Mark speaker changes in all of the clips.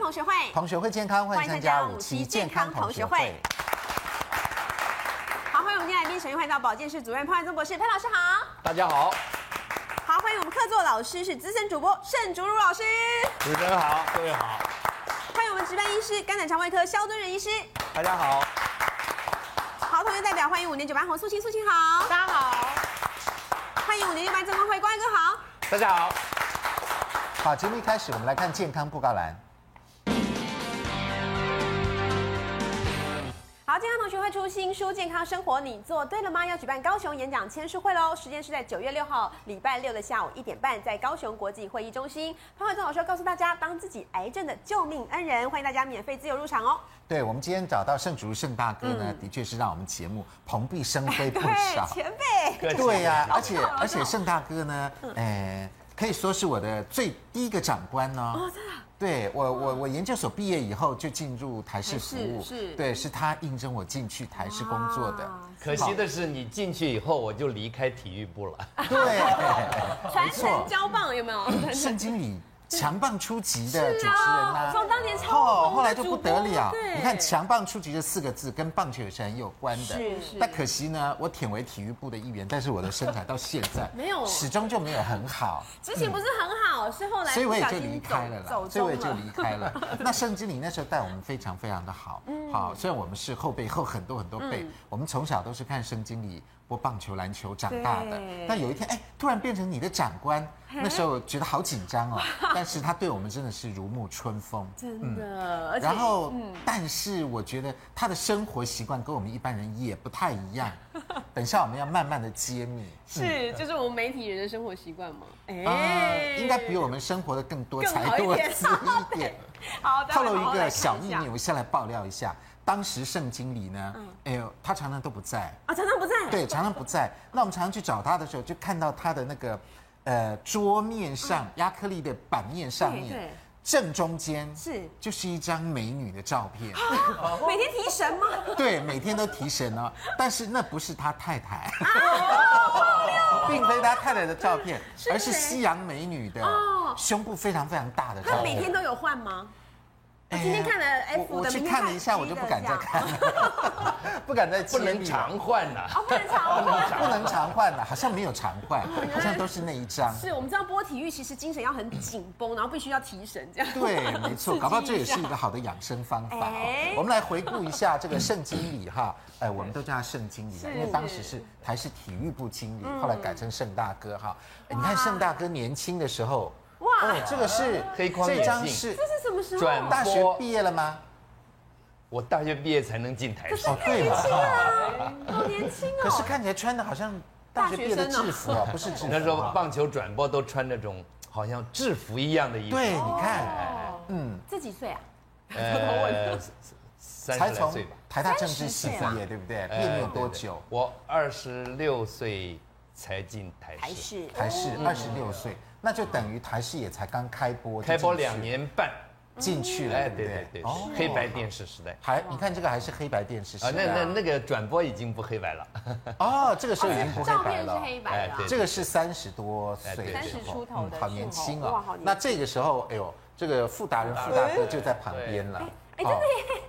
Speaker 1: 同学会健康，欢迎参加五期健康同学会。
Speaker 2: 好，欢迎我们今天来宾，首先欢迎到保健室主任潘汉宗博士，潘老师好。
Speaker 3: 大家好，
Speaker 2: 好，欢迎我们客座老师是资深主播盛竹如老师，
Speaker 3: 主持人好，各位好，
Speaker 2: 欢迎我们值班医师肝胆肠胃科肖敦仁医师。
Speaker 3: 大家好，
Speaker 2: 好，同学代表欢迎五年九班洪素清，素清好。
Speaker 4: 大家好，
Speaker 2: 欢迎五年六班曾光辉，光辉哥好。
Speaker 3: 大家好。
Speaker 1: 好，节目一开始，我们来看健康布告栏。
Speaker 2: 好，健康同学会出新书《健康生活你做对了吗》要举办高雄演讲签书会喽，时间是在九月六号礼拜六的下午一点半，在高雄国际会议中心。潘伟宗老师要告诉大家，当自己癌症的救命恩人，欢迎大家免费自由入场哦。
Speaker 1: 对，我们今天找到盛竹盛大哥呢，的确是让我们节目蓬荜生辉不 少。
Speaker 2: 前辈，
Speaker 3: 各位
Speaker 1: 对呀、而且
Speaker 2: 好棒哦
Speaker 1: 而且盛大哥呢，呃，可以说是我的最第一个长官呢、哦。对我我我研究所毕业以后就进入台视服务，
Speaker 2: 台视是
Speaker 1: 对，是他应征我进去台视工作的。
Speaker 2: 哇
Speaker 3: 可惜的是，你进去以后我就离开体育部了。
Speaker 1: 啊对，
Speaker 2: 传
Speaker 1: 没错嗯
Speaker 2: 承，交棒有没有？
Speaker 1: 圣经里强棒出击的主持
Speaker 2: 是
Speaker 1: 人呐、
Speaker 2: 啊，从当年超
Speaker 1: 哦，
Speaker 2: 红
Speaker 1: 后来
Speaker 2: 的
Speaker 1: 就
Speaker 2: 主
Speaker 1: 不
Speaker 2: 播，
Speaker 1: 得了。
Speaker 2: 对
Speaker 1: 你看“强棒出局”这四个字跟棒球是很有关的。
Speaker 2: 是是
Speaker 1: 但可惜呢，我舔为体育部的一员，但是我的身材到现在
Speaker 2: 没有
Speaker 1: 始终就没有很好。
Speaker 2: 执行不是很好，是后来
Speaker 1: 所以我也
Speaker 2: 不小
Speaker 1: 就
Speaker 2: 心
Speaker 1: 离开了啦
Speaker 2: 走，
Speaker 1: 所以
Speaker 2: 走
Speaker 1: 我也
Speaker 2: 中
Speaker 1: 就
Speaker 2: 了。
Speaker 1: 离开了。 那圣经里那时候带我们非常非常的好，
Speaker 2: 嗯
Speaker 1: 好，虽然我们是后辈后很多很多辈，我们从小都是看圣经里播棒球、篮球长大的
Speaker 2: 对。
Speaker 1: 但有一天，哎，突然变成你的长官，那时候觉得好紧 张哦。但是他对我们真的是如沐春风，
Speaker 2: 真
Speaker 1: 嗯
Speaker 2: 的，嗯而且
Speaker 1: 然后，但是我觉得他的生活习惯跟我们一般人也不太一 样。等一下我们要慢慢的揭秘，
Speaker 4: 是就是我们媒体人的生活习惯嘛。
Speaker 1: 嗯啊，应该比我们生活的更多
Speaker 2: 哎更
Speaker 1: 才
Speaker 2: 好一
Speaker 1: 多
Speaker 2: 点
Speaker 1: 姿一 点。
Speaker 2: 好，待
Speaker 1: 透
Speaker 2: 会
Speaker 1: 露
Speaker 2: 好好
Speaker 1: 一
Speaker 2: 来看
Speaker 1: 个小
Speaker 2: 一
Speaker 1: 秘
Speaker 2: 下嗯
Speaker 1: 密，我先来爆料一下。当时圣经里呢，哎呦，他常常都不在，
Speaker 2: 啊，常常不在，
Speaker 1: 对，常常不在。那我们常常去找他的时候，就看到他的那个，呃，桌面上亚克力的版面上
Speaker 2: 嗯对
Speaker 1: 面
Speaker 2: 对，
Speaker 1: 正中间
Speaker 2: 是啊
Speaker 1: 就是一张美女的照片。
Speaker 2: 每天提神吗？
Speaker 1: 对，每天都提神哦，但是那不是他太
Speaker 2: 啊
Speaker 1: 太， 并非他太太的照片，而是西洋美女的
Speaker 2: 哦
Speaker 1: 胸部非常非常大的照
Speaker 2: 那
Speaker 1: 片。
Speaker 2: 每天都有换吗？
Speaker 1: 哎呀
Speaker 2: 今天看了 F
Speaker 1: 我我
Speaker 2: 的
Speaker 1: 去
Speaker 2: 明天
Speaker 1: 看了
Speaker 2: 看
Speaker 1: 一下，
Speaker 2: G
Speaker 1: 我就
Speaker 2: 的
Speaker 1: 不敢
Speaker 2: 这
Speaker 1: 再
Speaker 2: 样
Speaker 1: 看了， 不敢再
Speaker 3: 不
Speaker 1: 接
Speaker 3: 能
Speaker 1: 力了。
Speaker 3: 常换呐、
Speaker 2: 哦，不能吵，不 能
Speaker 1: 不能常换了，好像没有常换，好像都是那一张。
Speaker 2: 是我们知道播体育其实精神要很紧绷，然后必须要提神这样。
Speaker 1: 对，没错，搞不好这也 是
Speaker 2: 刺激
Speaker 1: 一
Speaker 2: 一下
Speaker 1: 个好的养生方法
Speaker 2: 哎
Speaker 1: 哦。我们来回顾一下这个圣经里哈，哎，我们都叫他圣经里啊，因为当时是台是体育部经理，后来改成盛大哥哈。哎你看盛大哥年轻的时候，
Speaker 2: 哇
Speaker 1: 哦，这个是
Speaker 3: 黑框眼
Speaker 1: 这
Speaker 3: 镜
Speaker 1: 张是
Speaker 2: 这是什么时候？啊
Speaker 3: 转
Speaker 1: 大学毕业了吗？
Speaker 3: 我大学毕业才能进台视
Speaker 1: 哦，，对嘛。
Speaker 2: 啊好年轻哦。
Speaker 1: 可是看起来穿的好像大学毕业的制服啊，不是制服啊。
Speaker 3: 那时候棒球转播都穿那种好像制服一样的衣服。
Speaker 1: 对，你看，
Speaker 2: 哦，
Speaker 1: 嗯，
Speaker 2: 这几岁啊？
Speaker 3: 呃， 三
Speaker 1: 才
Speaker 3: 十来
Speaker 1: 从
Speaker 3: 岁吧，
Speaker 1: 台大政治系
Speaker 2: 30岁啊
Speaker 1: 毕业，对不对？毕
Speaker 3: 呃
Speaker 1: 业没有多
Speaker 3: 对对
Speaker 1: 久，
Speaker 3: 我二十六岁才进台
Speaker 2: 还
Speaker 3: 视，
Speaker 2: 是
Speaker 1: 台
Speaker 3: 嗯
Speaker 1: 视二十六岁，那就等于台视也才刚开播，
Speaker 3: 开播两年半，
Speaker 1: 进去了，
Speaker 3: 哎，
Speaker 1: 对不
Speaker 3: 对
Speaker 1: 对
Speaker 3: 对？对，
Speaker 1: 哦
Speaker 3: 黑白电视时代
Speaker 1: 还你看这个还是黑白电视时
Speaker 3: 啊，那那
Speaker 1: 代
Speaker 3: 那个转播已经不黑白了，
Speaker 1: 啊哦，这个时候已经不黑
Speaker 4: 照
Speaker 1: 白
Speaker 4: 片是
Speaker 1: 了。
Speaker 4: 黑白的啊
Speaker 3: 哎，对
Speaker 1: 这个是三十多岁的
Speaker 3: 哎对
Speaker 1: 时
Speaker 4: 30
Speaker 1: 候
Speaker 4: 出头的
Speaker 1: 好年轻
Speaker 2: 时候哇
Speaker 1: 啊
Speaker 2: 好年！轻
Speaker 1: 那这个时候，哎呦，这个傅达
Speaker 3: 哎
Speaker 1: 人、傅大哥就在旁边了。哎，真的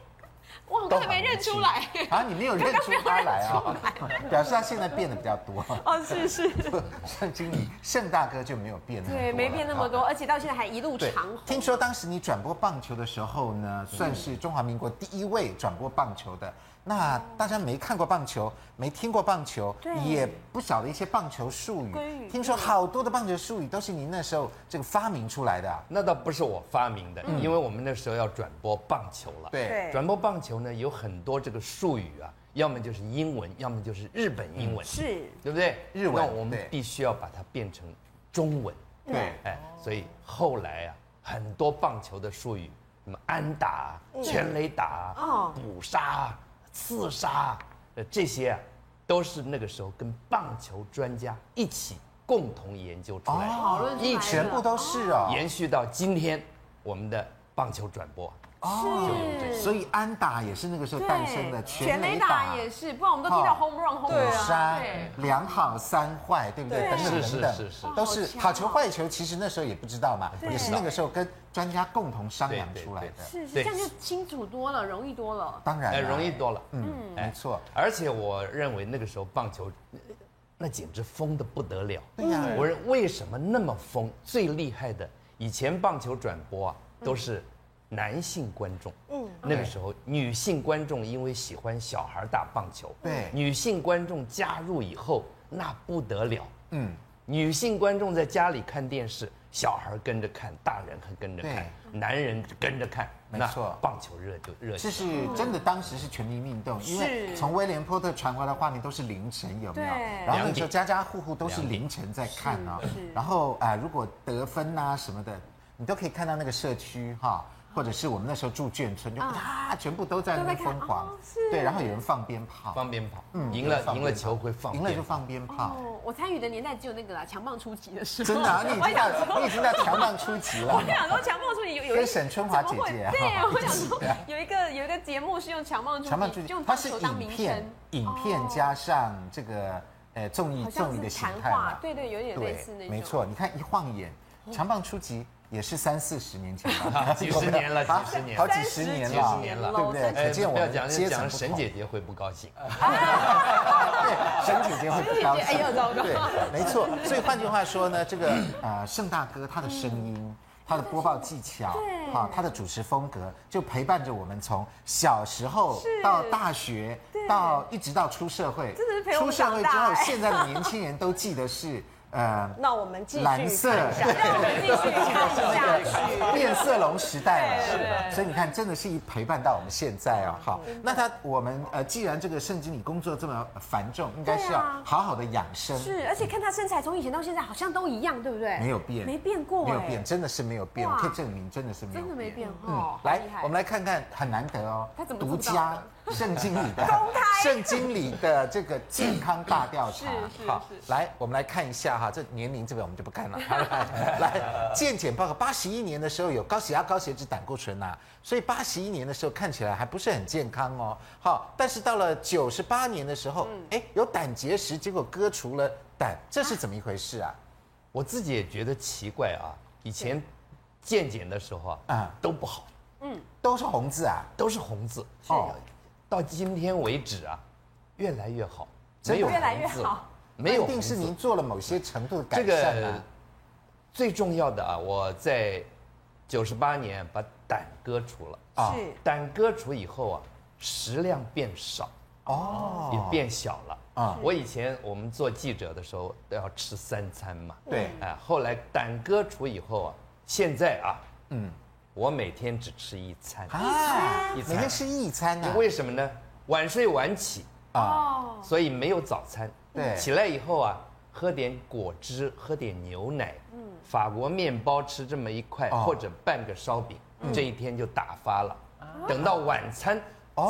Speaker 4: 哇，我
Speaker 1: 都
Speaker 4: 刚
Speaker 1: 好
Speaker 4: 才没认出来。
Speaker 1: 啊！你没有认出他来 啊， 表示他现在变得比较多。
Speaker 2: 哦，是是，
Speaker 1: 盛经理盛大哥就没有变那么多
Speaker 2: 对，没变那么多，
Speaker 1: 了。
Speaker 2: 而且到现在还一路
Speaker 1: 对
Speaker 2: 长红。，嗯
Speaker 1: 听说当时你转播棒球的时候呢，算是中华民国第一位转播棒球的。那大家没看过棒球，没听过棒球
Speaker 2: 嗯对，
Speaker 1: 也不晓得一些棒球术
Speaker 2: 规律
Speaker 1: 语。听说好多的棒球术语都是您那时候这个发明出来的啊。
Speaker 3: 那倒不是我发明的，因为我们那时候要转播棒球了。
Speaker 1: 嗯对，
Speaker 3: 转播棒球呢，有很多这个术语啊，要么就是英文，要么就是日本英文，
Speaker 2: 是
Speaker 3: 对不对？
Speaker 1: 嗯日文
Speaker 3: 那我们
Speaker 1: 对
Speaker 3: 必须要把它变成中文。
Speaker 1: 对
Speaker 3: 哎，所以后来啊，很多棒球的术语，什么安打、啊
Speaker 1: 嗯
Speaker 3: 全垒打
Speaker 2: 哦、
Speaker 3: 捕杀、啊刺杀，呃，这些啊，都是那个时候跟棒球专家一起共同研究
Speaker 1: 哦
Speaker 3: 出来的，
Speaker 2: 讨论出来的
Speaker 3: 一
Speaker 1: 全部都是哦。
Speaker 3: 延续到今天我们的棒球转播。
Speaker 1: 哦，所以安打也是那个时候诞生的，
Speaker 2: 全
Speaker 1: 垒
Speaker 2: 垒打也是，不然我们都听到
Speaker 1: 哦
Speaker 2: home run home
Speaker 1: 五
Speaker 2: run
Speaker 1: 三
Speaker 2: 对
Speaker 1: 两好三坏，对不对？
Speaker 2: 对
Speaker 1: 等等
Speaker 3: 是是
Speaker 1: 等等，
Speaker 3: 是是
Speaker 1: 都是
Speaker 2: 哇好强哦
Speaker 1: 好球坏球，其实那时候也不知道嘛，
Speaker 3: 对
Speaker 1: 也是那个时候跟专家共同商量
Speaker 3: 对对
Speaker 1: 出来的
Speaker 3: 对。
Speaker 2: 是是，这
Speaker 3: 对
Speaker 2: 样就清楚多了，容易多了。
Speaker 1: 当然
Speaker 3: 呃，
Speaker 1: 啦
Speaker 3: 容易，哎多了。
Speaker 1: 嗯，没错，
Speaker 3: 而且我认为那个时候棒球，呃那简直疯的不得了。
Speaker 1: 对呀
Speaker 3: 我认为什么那么疯？最厉害的，以前棒球转播啊都是男性观众，嗯，那个时候女性观众因为喜欢小孩打棒球，
Speaker 1: 对
Speaker 3: 女性观众加入以后那不得了，
Speaker 1: 嗯，
Speaker 3: 女性观众在家里看电视，小孩跟着看，大人还跟着看，男人跟着看，
Speaker 1: 没
Speaker 3: 那
Speaker 1: 错
Speaker 3: 棒球热就热
Speaker 1: 这
Speaker 3: 起来。
Speaker 1: 是真的，当时是全民运动，因为
Speaker 2: 是
Speaker 1: 从威廉波特传回来的画面都是凌晨，有没有？
Speaker 2: 对
Speaker 1: 然后那个时候
Speaker 3: 两点
Speaker 1: 家家户户都是凌晨在看啊
Speaker 2: 是是，
Speaker 1: 然后啊、呃如果得分呐、什么的，你都可以看到那个社区哈、或者是我们那时候住眷村，就啊，全部都在那边
Speaker 2: 都在看
Speaker 1: 疯狂
Speaker 2: 哦是，
Speaker 1: 对，然后有人放鞭炮，
Speaker 3: 放鞭炮，
Speaker 1: 嗯
Speaker 3: 赢了赢了球会放鞭
Speaker 1: 赢
Speaker 3: 炮，
Speaker 1: 了就放鞭炮。
Speaker 2: 哦，我参与的年代只有那个啦，强棒初级的时候。
Speaker 1: 真的、啊，你 已
Speaker 2: 我
Speaker 1: 经
Speaker 2: 想
Speaker 1: 到你已经到强棒初级 了
Speaker 2: 我。想说强棒初级有有一
Speaker 1: 跟沈春华姐姐啊啊
Speaker 2: 怎么会对，我想 说有一个有一个节目是用强棒初
Speaker 1: 强棒
Speaker 2: 级，
Speaker 1: 初级
Speaker 2: 用，
Speaker 1: 它
Speaker 2: 棒
Speaker 1: 是
Speaker 2: 球当
Speaker 1: 影
Speaker 2: 名
Speaker 1: 片
Speaker 2: 称，，
Speaker 1: 影片加上这个呃综艺
Speaker 2: 好像
Speaker 1: 综艺的
Speaker 2: 是
Speaker 1: 形
Speaker 2: 谈
Speaker 1: 态嘛
Speaker 2: 话，。对对，有点类似那种。嗯
Speaker 1: 没。错，你看一晃眼，长棒初级也是三四十年前了，
Speaker 3: 几十年了
Speaker 1: 啊
Speaker 3: 几十年
Speaker 1: 好几十年了，
Speaker 3: 几十年了
Speaker 1: 对不对？
Speaker 2: 哎
Speaker 1: 可见我
Speaker 3: 不要
Speaker 1: 们
Speaker 3: 讲，
Speaker 1: 阶层
Speaker 3: 讲
Speaker 1: 不
Speaker 3: 沈
Speaker 1: 同
Speaker 3: 姐姐会不高兴。
Speaker 1: 对，沈姐姐会不高
Speaker 2: 沈
Speaker 1: 兴。
Speaker 2: 姐姐哎呦糟糕
Speaker 1: 对，没错。所以换句话说呢，这个呃盛大哥他的声音。他的播报技巧，啊，他的主持风格，就陪伴着我们从小时候到大学，到一直到出社会。
Speaker 2: 真的是陪我
Speaker 1: 出
Speaker 2: 们
Speaker 1: 社会之
Speaker 2: 长
Speaker 1: 后，
Speaker 2: 大哎
Speaker 1: 现在的年轻人都记得是，呃，
Speaker 5: 那我们继续看
Speaker 1: 蓝
Speaker 5: 一
Speaker 1: 色
Speaker 5: 下，
Speaker 2: 让我们继续看下去。
Speaker 1: 变色龙时代
Speaker 2: 对
Speaker 1: 了，
Speaker 2: 对嗯
Speaker 1: 所以你看，真的是一陪伴到我们现在哦。好，那他我们呃，既然这个圣经里工作这么繁重，应该是要
Speaker 2: 对啊
Speaker 1: 好好的养生，
Speaker 2: 是，而且看他身材从以前到现在好像都一样，对不对？
Speaker 1: 没有变，
Speaker 2: 没变过，
Speaker 1: 没有变，，真的是没有变，我
Speaker 2: 哇
Speaker 1: 可以证明真的是没有
Speaker 2: 真的没变
Speaker 1: 嗯
Speaker 2: 哈。
Speaker 1: 来
Speaker 2: 好厉害，
Speaker 1: 我们来看看，很难得哦
Speaker 2: 他怎，么
Speaker 1: 独
Speaker 2: 做到
Speaker 1: 家圣经里 的圣经里的这个健康大调查
Speaker 2: 是。是
Speaker 1: 好，
Speaker 2: 是
Speaker 1: 来，我们来看一下哈，这年龄这边我们就不看了。 好来，来健检报告，八十一年的时候有高血压、高血脂、胆固醇呐、所以八十一年的时候看起来还不是很健康哦。好，但是到了九十八年的时候，
Speaker 2: 嗯
Speaker 1: 哎，有胆结石，结果割除了胆，这是怎么一回事啊？
Speaker 3: 我自己也觉得奇怪啊，以前健检的时候啊，
Speaker 1: 啊
Speaker 3: 都不好，
Speaker 1: 都是红字啊。
Speaker 3: 都是红字。哎
Speaker 1: 哦
Speaker 3: 到今天为止啊，越来越好，
Speaker 1: 真的
Speaker 3: 红字
Speaker 2: 越来越好，
Speaker 3: 没有
Speaker 1: 一
Speaker 3: 红
Speaker 1: 定是
Speaker 3: 字
Speaker 1: 您做了某些程度的改
Speaker 3: 这
Speaker 1: 善
Speaker 3: 个
Speaker 1: 啊。
Speaker 3: 最重要的啊，我在九十八年把胆割除了
Speaker 1: 哦
Speaker 3: 啊
Speaker 5: 是，
Speaker 3: 胆割除以后啊，食量变少，
Speaker 1: 哦，
Speaker 3: 也变小了
Speaker 1: 啊
Speaker 3: 啊。我以前我们做记者的时候都要吃三餐嘛，
Speaker 1: 对
Speaker 3: 哎，后来胆割除以后啊，现在啊，
Speaker 1: 嗯
Speaker 3: 我每天只吃一餐，
Speaker 1: 啊，
Speaker 3: 一餐
Speaker 1: 每天吃一餐呢、
Speaker 3: 为什么呢？晚睡晚起，
Speaker 1: 啊
Speaker 2: 哦，
Speaker 3: 所以没有早餐。
Speaker 1: 对
Speaker 3: 起来以后啊，喝点果汁，喝点牛奶，嗯，法国面包吃这么一块、
Speaker 1: 哦嗯
Speaker 3: 或者半个烧饼，这一天就打发了。等到晚餐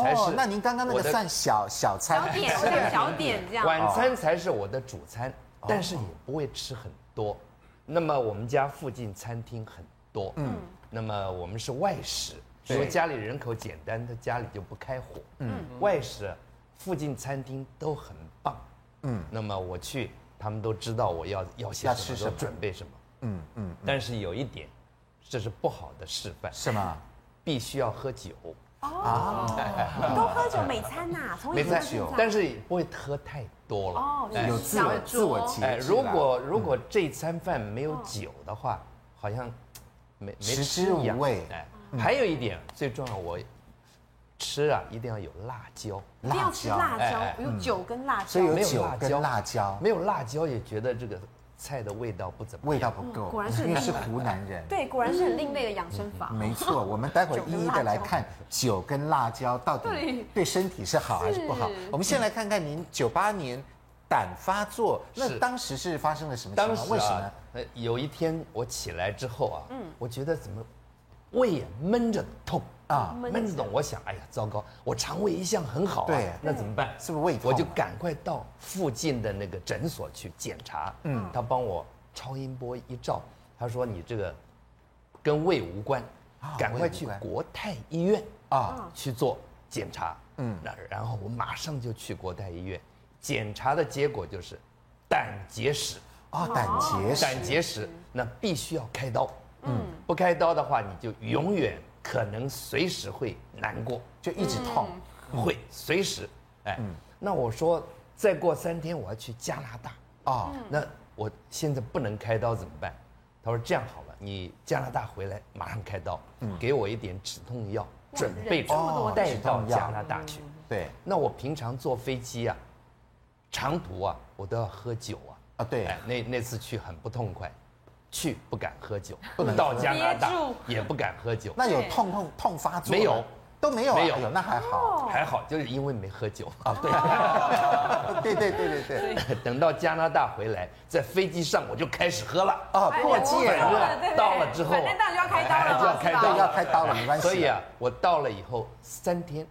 Speaker 3: 才是我
Speaker 1: 哦
Speaker 3: 的，，
Speaker 1: 那您刚刚那个算小小
Speaker 2: 小
Speaker 1: 餐，
Speaker 2: 点，对，小点这样。
Speaker 3: 晚餐才是我的主餐，但是也不会吃很多。那么我们家附近餐厅很多，嗯，那么我们是外食，
Speaker 1: 对
Speaker 3: 因为家里人口简单，他家里就不开火，嗯，外食附近餐厅都很棒，
Speaker 1: 嗯
Speaker 3: 嗯，那么我去，他们都知道我要要些
Speaker 1: 要
Speaker 3: 什
Speaker 1: 吃
Speaker 3: 么，
Speaker 1: 什么
Speaker 3: 都准备什么，
Speaker 1: 嗯嗯，
Speaker 3: 但是有一点，这是不好的示范，
Speaker 1: 是吗？
Speaker 3: 必须要喝酒，
Speaker 6: 都喝酒每餐呐、从以
Speaker 3: 没
Speaker 6: 前到
Speaker 3: 在
Speaker 6: 现在，
Speaker 3: 但是不会喝太多了，
Speaker 2: 嗯哦
Speaker 3: 哎
Speaker 1: 有自我
Speaker 2: 小酌
Speaker 1: 自我节制啦
Speaker 3: 哎，如果如果这餐饭没有酒的话，好像没没
Speaker 1: 食
Speaker 3: 吃
Speaker 1: 之
Speaker 3: 一样
Speaker 1: 无味嗯
Speaker 3: 哎，还有一点最重要，我吃啊一定要有辣椒，
Speaker 2: 一定要吃辣
Speaker 3: 哎
Speaker 2: 椒
Speaker 3: 哎，
Speaker 2: 有酒跟辣
Speaker 1: 嗯
Speaker 2: 椒
Speaker 1: 所以。有
Speaker 3: 没有
Speaker 1: 酒
Speaker 3: 辣椒
Speaker 1: 跟辣椒，
Speaker 3: 没有辣椒也觉得这个菜的味道不怎么
Speaker 1: 味道
Speaker 3: 样。
Speaker 1: 不够，
Speaker 2: 嗯果然是
Speaker 1: 因为是湖南人。
Speaker 2: 对，果然是很另类的养生法。
Speaker 1: 没错，我们待会儿一一的来看酒跟辣椒到底
Speaker 2: 对
Speaker 1: 对身体是好还是不好
Speaker 2: 是。
Speaker 1: 我们先来看看您九八年胆发作，那
Speaker 3: 是
Speaker 1: 当时是发生了什么情
Speaker 3: 当
Speaker 1: 况？
Speaker 3: 时
Speaker 1: 为什
Speaker 3: 啊
Speaker 1: 么？，
Speaker 3: 呃有一天我起来之后啊，我觉得怎么胃也闷着痛
Speaker 1: 啊
Speaker 3: 啊，闷着痛。我想，哎呀，糟糕，我肠胃一向很好啊，
Speaker 1: 对
Speaker 3: 那怎么办？
Speaker 1: 是不是胃痛
Speaker 3: 我就赶快到附近的那个诊所去检查，嗯，他帮我超音波一照，他说你这个跟胃无关，
Speaker 1: 啊
Speaker 3: 赶快去
Speaker 1: 我也无关
Speaker 3: 国泰医院
Speaker 1: 啊
Speaker 3: 去做检查。
Speaker 1: 嗯
Speaker 3: 嗯，那然后我马上就去国泰医院，检查的结果就是胆结石。
Speaker 1: 啊，胆结石，
Speaker 3: 胆结石，那必须要开刀。嗯，不开刀的话，你就永远可能随时会难过，
Speaker 1: 就一直痛，
Speaker 3: 会随时。哎，那我说再过三天我要去加拿大，
Speaker 1: 啊
Speaker 3: 那我现在不能开刀怎么办？他说这样好了，你加拿大回来马上开刀，给我一点止痛药，准备
Speaker 2: 这么多
Speaker 3: 着带到
Speaker 1: 止痛药嗯
Speaker 3: 加拿大去。
Speaker 1: 对
Speaker 3: 那我平常坐飞机啊，长途啊，我都要喝酒啊。
Speaker 1: 啊对
Speaker 3: 哎，那那次去很不痛快，去不敢喝酒，不能到加拿大
Speaker 2: 憋住
Speaker 3: 也不敢喝酒。
Speaker 1: 那有痛痛痛发作吗
Speaker 3: 没有
Speaker 1: 都没有啊
Speaker 3: 没有
Speaker 1: 哎呦那还好
Speaker 3: 还好，就是因为没喝酒。
Speaker 1: 啊 对
Speaker 3: 哦
Speaker 1: 对对对对对
Speaker 3: 等到加拿大回来，在飞机上我就开始喝了。
Speaker 1: 啊过界
Speaker 3: 反
Speaker 1: 了
Speaker 3: 正
Speaker 2: 对对
Speaker 3: 到了之后，
Speaker 2: 反正到就要开刀了嘛
Speaker 3: 哎就要开刀
Speaker 1: 对
Speaker 3: 了，
Speaker 1: 要开刀了没关系
Speaker 3: 所以啊，我到了以后三天，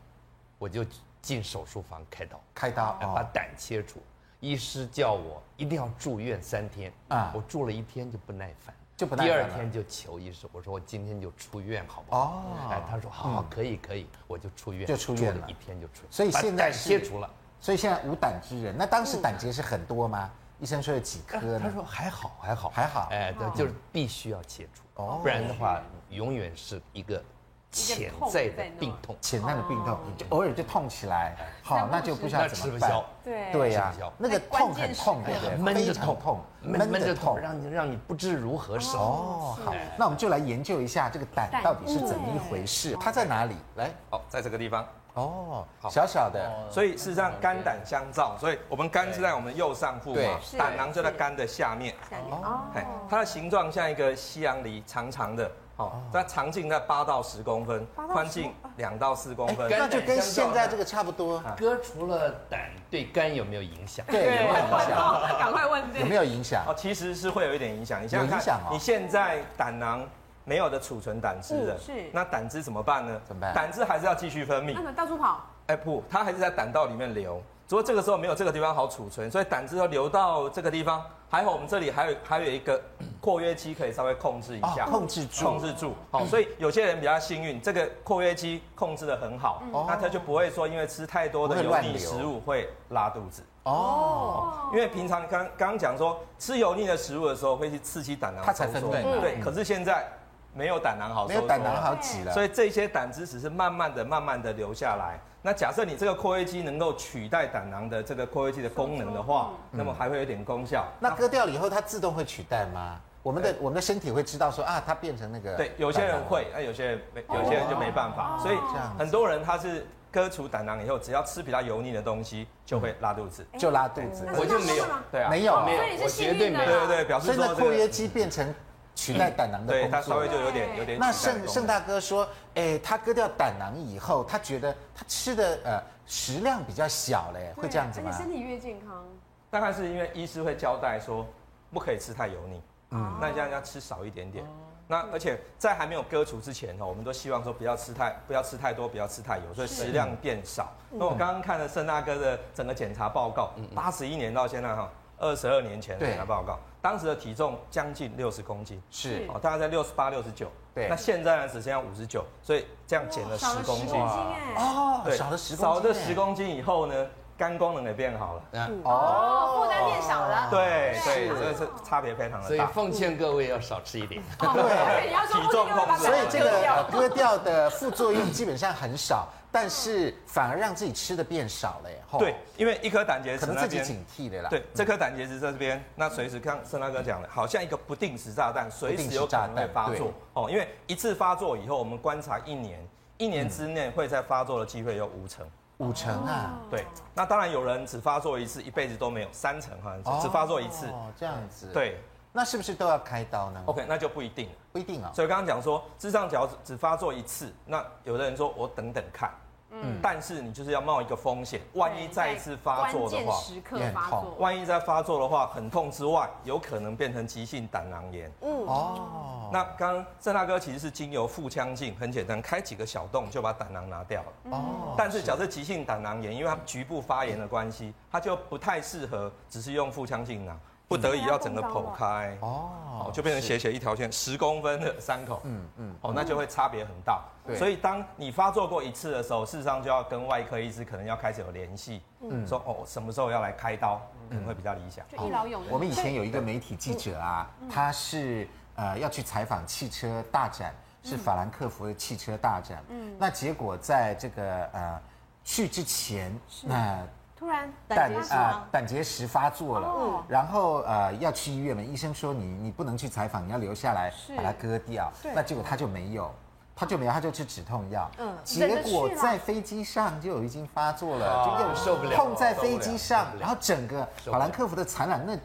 Speaker 3: 我就进手术房开刀。
Speaker 1: 开刀
Speaker 3: 哎把
Speaker 1: 啊
Speaker 3: 胆切除。医师叫我一定要住院三天
Speaker 1: 啊
Speaker 3: 啊，我住了一天就不耐烦，
Speaker 1: 就不耐烦
Speaker 3: 第
Speaker 1: 了
Speaker 3: 二天就求医生，我说我今天就出院好不好？
Speaker 1: 哦
Speaker 3: 哎，他说好好，可以可以，我就出院，
Speaker 1: 就出院
Speaker 3: 住
Speaker 1: 了
Speaker 3: 一天就出院，
Speaker 1: 所以
Speaker 3: 把
Speaker 1: 现在
Speaker 3: 胆
Speaker 1: 是
Speaker 3: 切除了。
Speaker 1: 所以现在无胆之人那当
Speaker 3: 嗯
Speaker 1: 时胆结石很多吗？医生说有几颗
Speaker 3: 哎他
Speaker 1: 呢？
Speaker 3: 说还好还好
Speaker 1: 还好
Speaker 3: 哎，对，就是必须要切除，
Speaker 1: 哦
Speaker 3: 不然的话永远是一个潜在的病痛，
Speaker 1: 潜在的病痛就偶尔就痛起来，好那就不知道
Speaker 3: 哎那
Speaker 1: 怎
Speaker 3: 吃哦不
Speaker 1: 么
Speaker 3: 哎
Speaker 1: 办
Speaker 3: 消。。
Speaker 2: 对
Speaker 1: 对呀
Speaker 3: 吃不消，
Speaker 1: 那个痛很痛，对不对？
Speaker 3: 闷
Speaker 1: 非
Speaker 3: 着
Speaker 1: 常
Speaker 3: 痛，
Speaker 1: 痛，
Speaker 3: 闷闷着痛，
Speaker 1: 痛
Speaker 3: 让你让你不知如何是好。
Speaker 1: 哦，好，那我们就来研究一下这个胆
Speaker 2: 胆
Speaker 1: 到底是怎么一回事，它在哪里？来，
Speaker 5: 好，在这个地方，
Speaker 1: 哦，小小的，
Speaker 5: 所以事实上肝胆相照，所以我们肝是在我们右上腹
Speaker 1: 对
Speaker 5: 嘛，
Speaker 2: 是
Speaker 5: 胆囊就在肝的下面，
Speaker 2: 下面
Speaker 1: 哦，
Speaker 5: 哎，它的形状像一个西洋梨，长长的，
Speaker 1: 哦
Speaker 5: 好，它长径在八到十公分，宽径两到四公分，
Speaker 1: 哎那就跟现在这个差不多，
Speaker 5: 啊
Speaker 3: 割除了胆，对肝有没有影响？
Speaker 1: 对，有没有影响？
Speaker 2: 赶快问对
Speaker 1: 有没有影响
Speaker 5: 哦，？其实是会有一点影响。你想想
Speaker 1: 有影响哦，
Speaker 5: 看你现在胆囊没有的储存胆汁了，
Speaker 2: 嗯是
Speaker 5: 那胆汁怎么办呢？
Speaker 1: 怎么办
Speaker 5: 胆汁还是要继续分泌
Speaker 2: 那，么到处跑，
Speaker 5: 哎不，它还是在胆道里面流，只不过这个时候没有这个地方好储存，所以胆汁要流到这个地方。还好我们这里还有还有一个 括约肌可以稍微控制一下，
Speaker 1: 哦控制住嗯
Speaker 5: 控制住。好，所以有些人比较幸运，这个括约肌控制的很好，那他就不会说因为吃太多的
Speaker 1: 不会
Speaker 5: 油
Speaker 1: 乱
Speaker 5: 腻
Speaker 1: 流
Speaker 5: 食物会拉肚子。
Speaker 1: 哦，
Speaker 5: 因为平常刚刚刚讲说吃油腻的食物的时候会去刺激胆囊
Speaker 1: 它才
Speaker 5: 收
Speaker 1: 分
Speaker 5: 缩，
Speaker 1: 泌嘛嗯
Speaker 5: 对。可是现在没有胆囊好
Speaker 1: 没
Speaker 5: 收
Speaker 1: 有
Speaker 5: 缩了，
Speaker 1: 胆囊好挤
Speaker 5: 所
Speaker 1: 了，
Speaker 5: 以这些胆汁只是慢慢的、慢慢的流下来。那假设你这个括约肌能够取代胆囊的这个括约肌的功能的话，那么还会有点功效。
Speaker 1: 那割掉了以后，它自动会取代吗？我们的我们的身体会知道说啊，它变成那个
Speaker 5: 对，有些人会，哎那有些人没，有些人就没办法。所以
Speaker 1: 这样子
Speaker 5: 很多人他是割除胆囊以后，只要吃比较油腻的东西就会拉肚子。
Speaker 1: 就拉肚子，
Speaker 3: 哎我就没
Speaker 2: 那
Speaker 3: 有
Speaker 2: 是吗
Speaker 5: 对啊，
Speaker 1: 没有，
Speaker 3: 没有
Speaker 2: 哦所以你，是
Speaker 3: 我
Speaker 2: 幸运
Speaker 3: 绝对
Speaker 2: 的
Speaker 3: 没
Speaker 5: 对
Speaker 3: 有。
Speaker 5: 对对，表示
Speaker 1: 所以
Speaker 5: 说
Speaker 1: 那
Speaker 5: 这
Speaker 1: 括约
Speaker 5: 个嗯
Speaker 1: 肌变成取代胆囊的
Speaker 5: 对
Speaker 1: 工
Speaker 5: 它稍
Speaker 1: 作
Speaker 5: 微。就有点有点取代的功
Speaker 1: 啊
Speaker 5: 能。
Speaker 1: 那盛盛大哥说，哎，他割掉胆囊以后，他觉得他吃的呃食量比较小嘞，会这样子
Speaker 2: 而且
Speaker 1: 吗？
Speaker 2: 身体越健康，
Speaker 5: 大概是因为医师会交代说，不可以吃太油腻，
Speaker 2: 哦
Speaker 5: 嗯，那这样要吃少一点点。那而且在还没有割除之前哦哈，我们都希望说不要吃太不要吃太多，不要吃太油，所以食量变少。那我刚刚看了盛大哥的整个检查报告，八十一年到现在哈，二十二年前
Speaker 1: 嗯
Speaker 5: 的
Speaker 1: 对
Speaker 5: 检查报告，当时的体重将近六十公斤，
Speaker 1: 是
Speaker 5: 哦，大概在六十八、六十九。
Speaker 1: 对
Speaker 5: 那现在呢只剩下五十九，所以这样减了
Speaker 2: 哦少
Speaker 5: 十
Speaker 2: 了
Speaker 5: 公
Speaker 2: 10
Speaker 5: 斤。
Speaker 2: 公斤哎，
Speaker 1: 哦，
Speaker 5: 对
Speaker 1: 少了十公斤，
Speaker 5: 少了十，公斤以后呢，肝功能也变好了。
Speaker 3: 嗯
Speaker 2: 哦，负担变少
Speaker 1: 啊
Speaker 2: 了，
Speaker 5: 对
Speaker 2: 是
Speaker 5: 对，这个是差别非常的
Speaker 3: 所以
Speaker 5: 大。
Speaker 3: 奉劝各位要少吃一点。
Speaker 1: 嗯
Speaker 2: 而
Speaker 1: 对，
Speaker 2: 且你要说
Speaker 5: 体重
Speaker 2: 不定会把
Speaker 5: 控
Speaker 1: 所以这个
Speaker 2: 胆囊割掉
Speaker 1: 呃割掉的副作用基本上很少，但是反而让自己吃的变少嘞，吼
Speaker 5: 对，，因为一颗胆结
Speaker 1: 可
Speaker 5: 石
Speaker 1: 能
Speaker 5: 那
Speaker 1: 自己
Speaker 5: 边，
Speaker 1: 警惕的啦。
Speaker 5: 对，这颗胆结石这边，那随时刚盛大哥讲的，好像一个不定时炸弹，随时有可能会发
Speaker 1: 不定时炸弹对
Speaker 5: 作哦。因为一次发作以后，我们观察一年，一年之内会再发作的机会有五成。
Speaker 1: 五成啊，
Speaker 5: 对，那当然有人只发作一次，一辈子都没有，三成好像
Speaker 1: 哦
Speaker 5: 是只发作一次。
Speaker 1: 这样子。，
Speaker 5: 对
Speaker 1: 那是不是都要开刀呢？
Speaker 5: ，OK，那就不一定了。
Speaker 1: 不一定啊。
Speaker 5: 所以刚刚讲说，智障只要只发作一次，那有的人说我等等看，嗯，但是你就是要冒一个风险，万一再一次发作
Speaker 2: 关
Speaker 5: 的
Speaker 2: 键
Speaker 5: 话，
Speaker 2: 时刻
Speaker 1: 也很
Speaker 2: 发
Speaker 1: 痛
Speaker 2: 作，
Speaker 5: 万一再发作的话，很痛之外，有可能变成急性胆囊炎。
Speaker 2: 嗯
Speaker 1: 哦，
Speaker 5: 那刚刚郑大哥其实是经由腹腔镜，很简单，开几个小洞就把胆囊拿掉了。
Speaker 1: 哦
Speaker 5: 但是假设急性胆囊炎，因为它局部发炎的关系，它就不太适合只是用腹腔镜拿。不得已要整个剖开，
Speaker 1: 嗯哦
Speaker 5: 哦，就变成斜斜一条线，十公分的伤口，
Speaker 1: 嗯嗯，
Speaker 5: 哦，那就会差别很大。
Speaker 1: 对
Speaker 5: 所以当你发作过一次的时候，事实上就要跟外科医师可能要开始有联系，嗯，说哦什么时候要来开刀，可能会比较理想。
Speaker 2: 就一劳永逸。
Speaker 1: 我们以前有一个媒体记者啊，他是呃要去采访汽车大展，是法兰克福的汽车大展。嗯，那结果在这个呃去之前，那
Speaker 6: 突然
Speaker 1: 胆
Speaker 6: 结石
Speaker 1: 啊
Speaker 6: 吗？
Speaker 1: 胆结石发作了，
Speaker 2: 哦
Speaker 1: 然后呃要去医院嘛，医生说你你不能去采访，你要留下来把它割掉。那结果他就没有。他就没有，他就吃止痛药。嗯，结果在飞机上就已经发作了，就又
Speaker 3: 啊受不了
Speaker 1: 痛在
Speaker 3: 受不了
Speaker 1: 飞机上
Speaker 3: 受不，了
Speaker 1: 然后整个法兰克福的展览那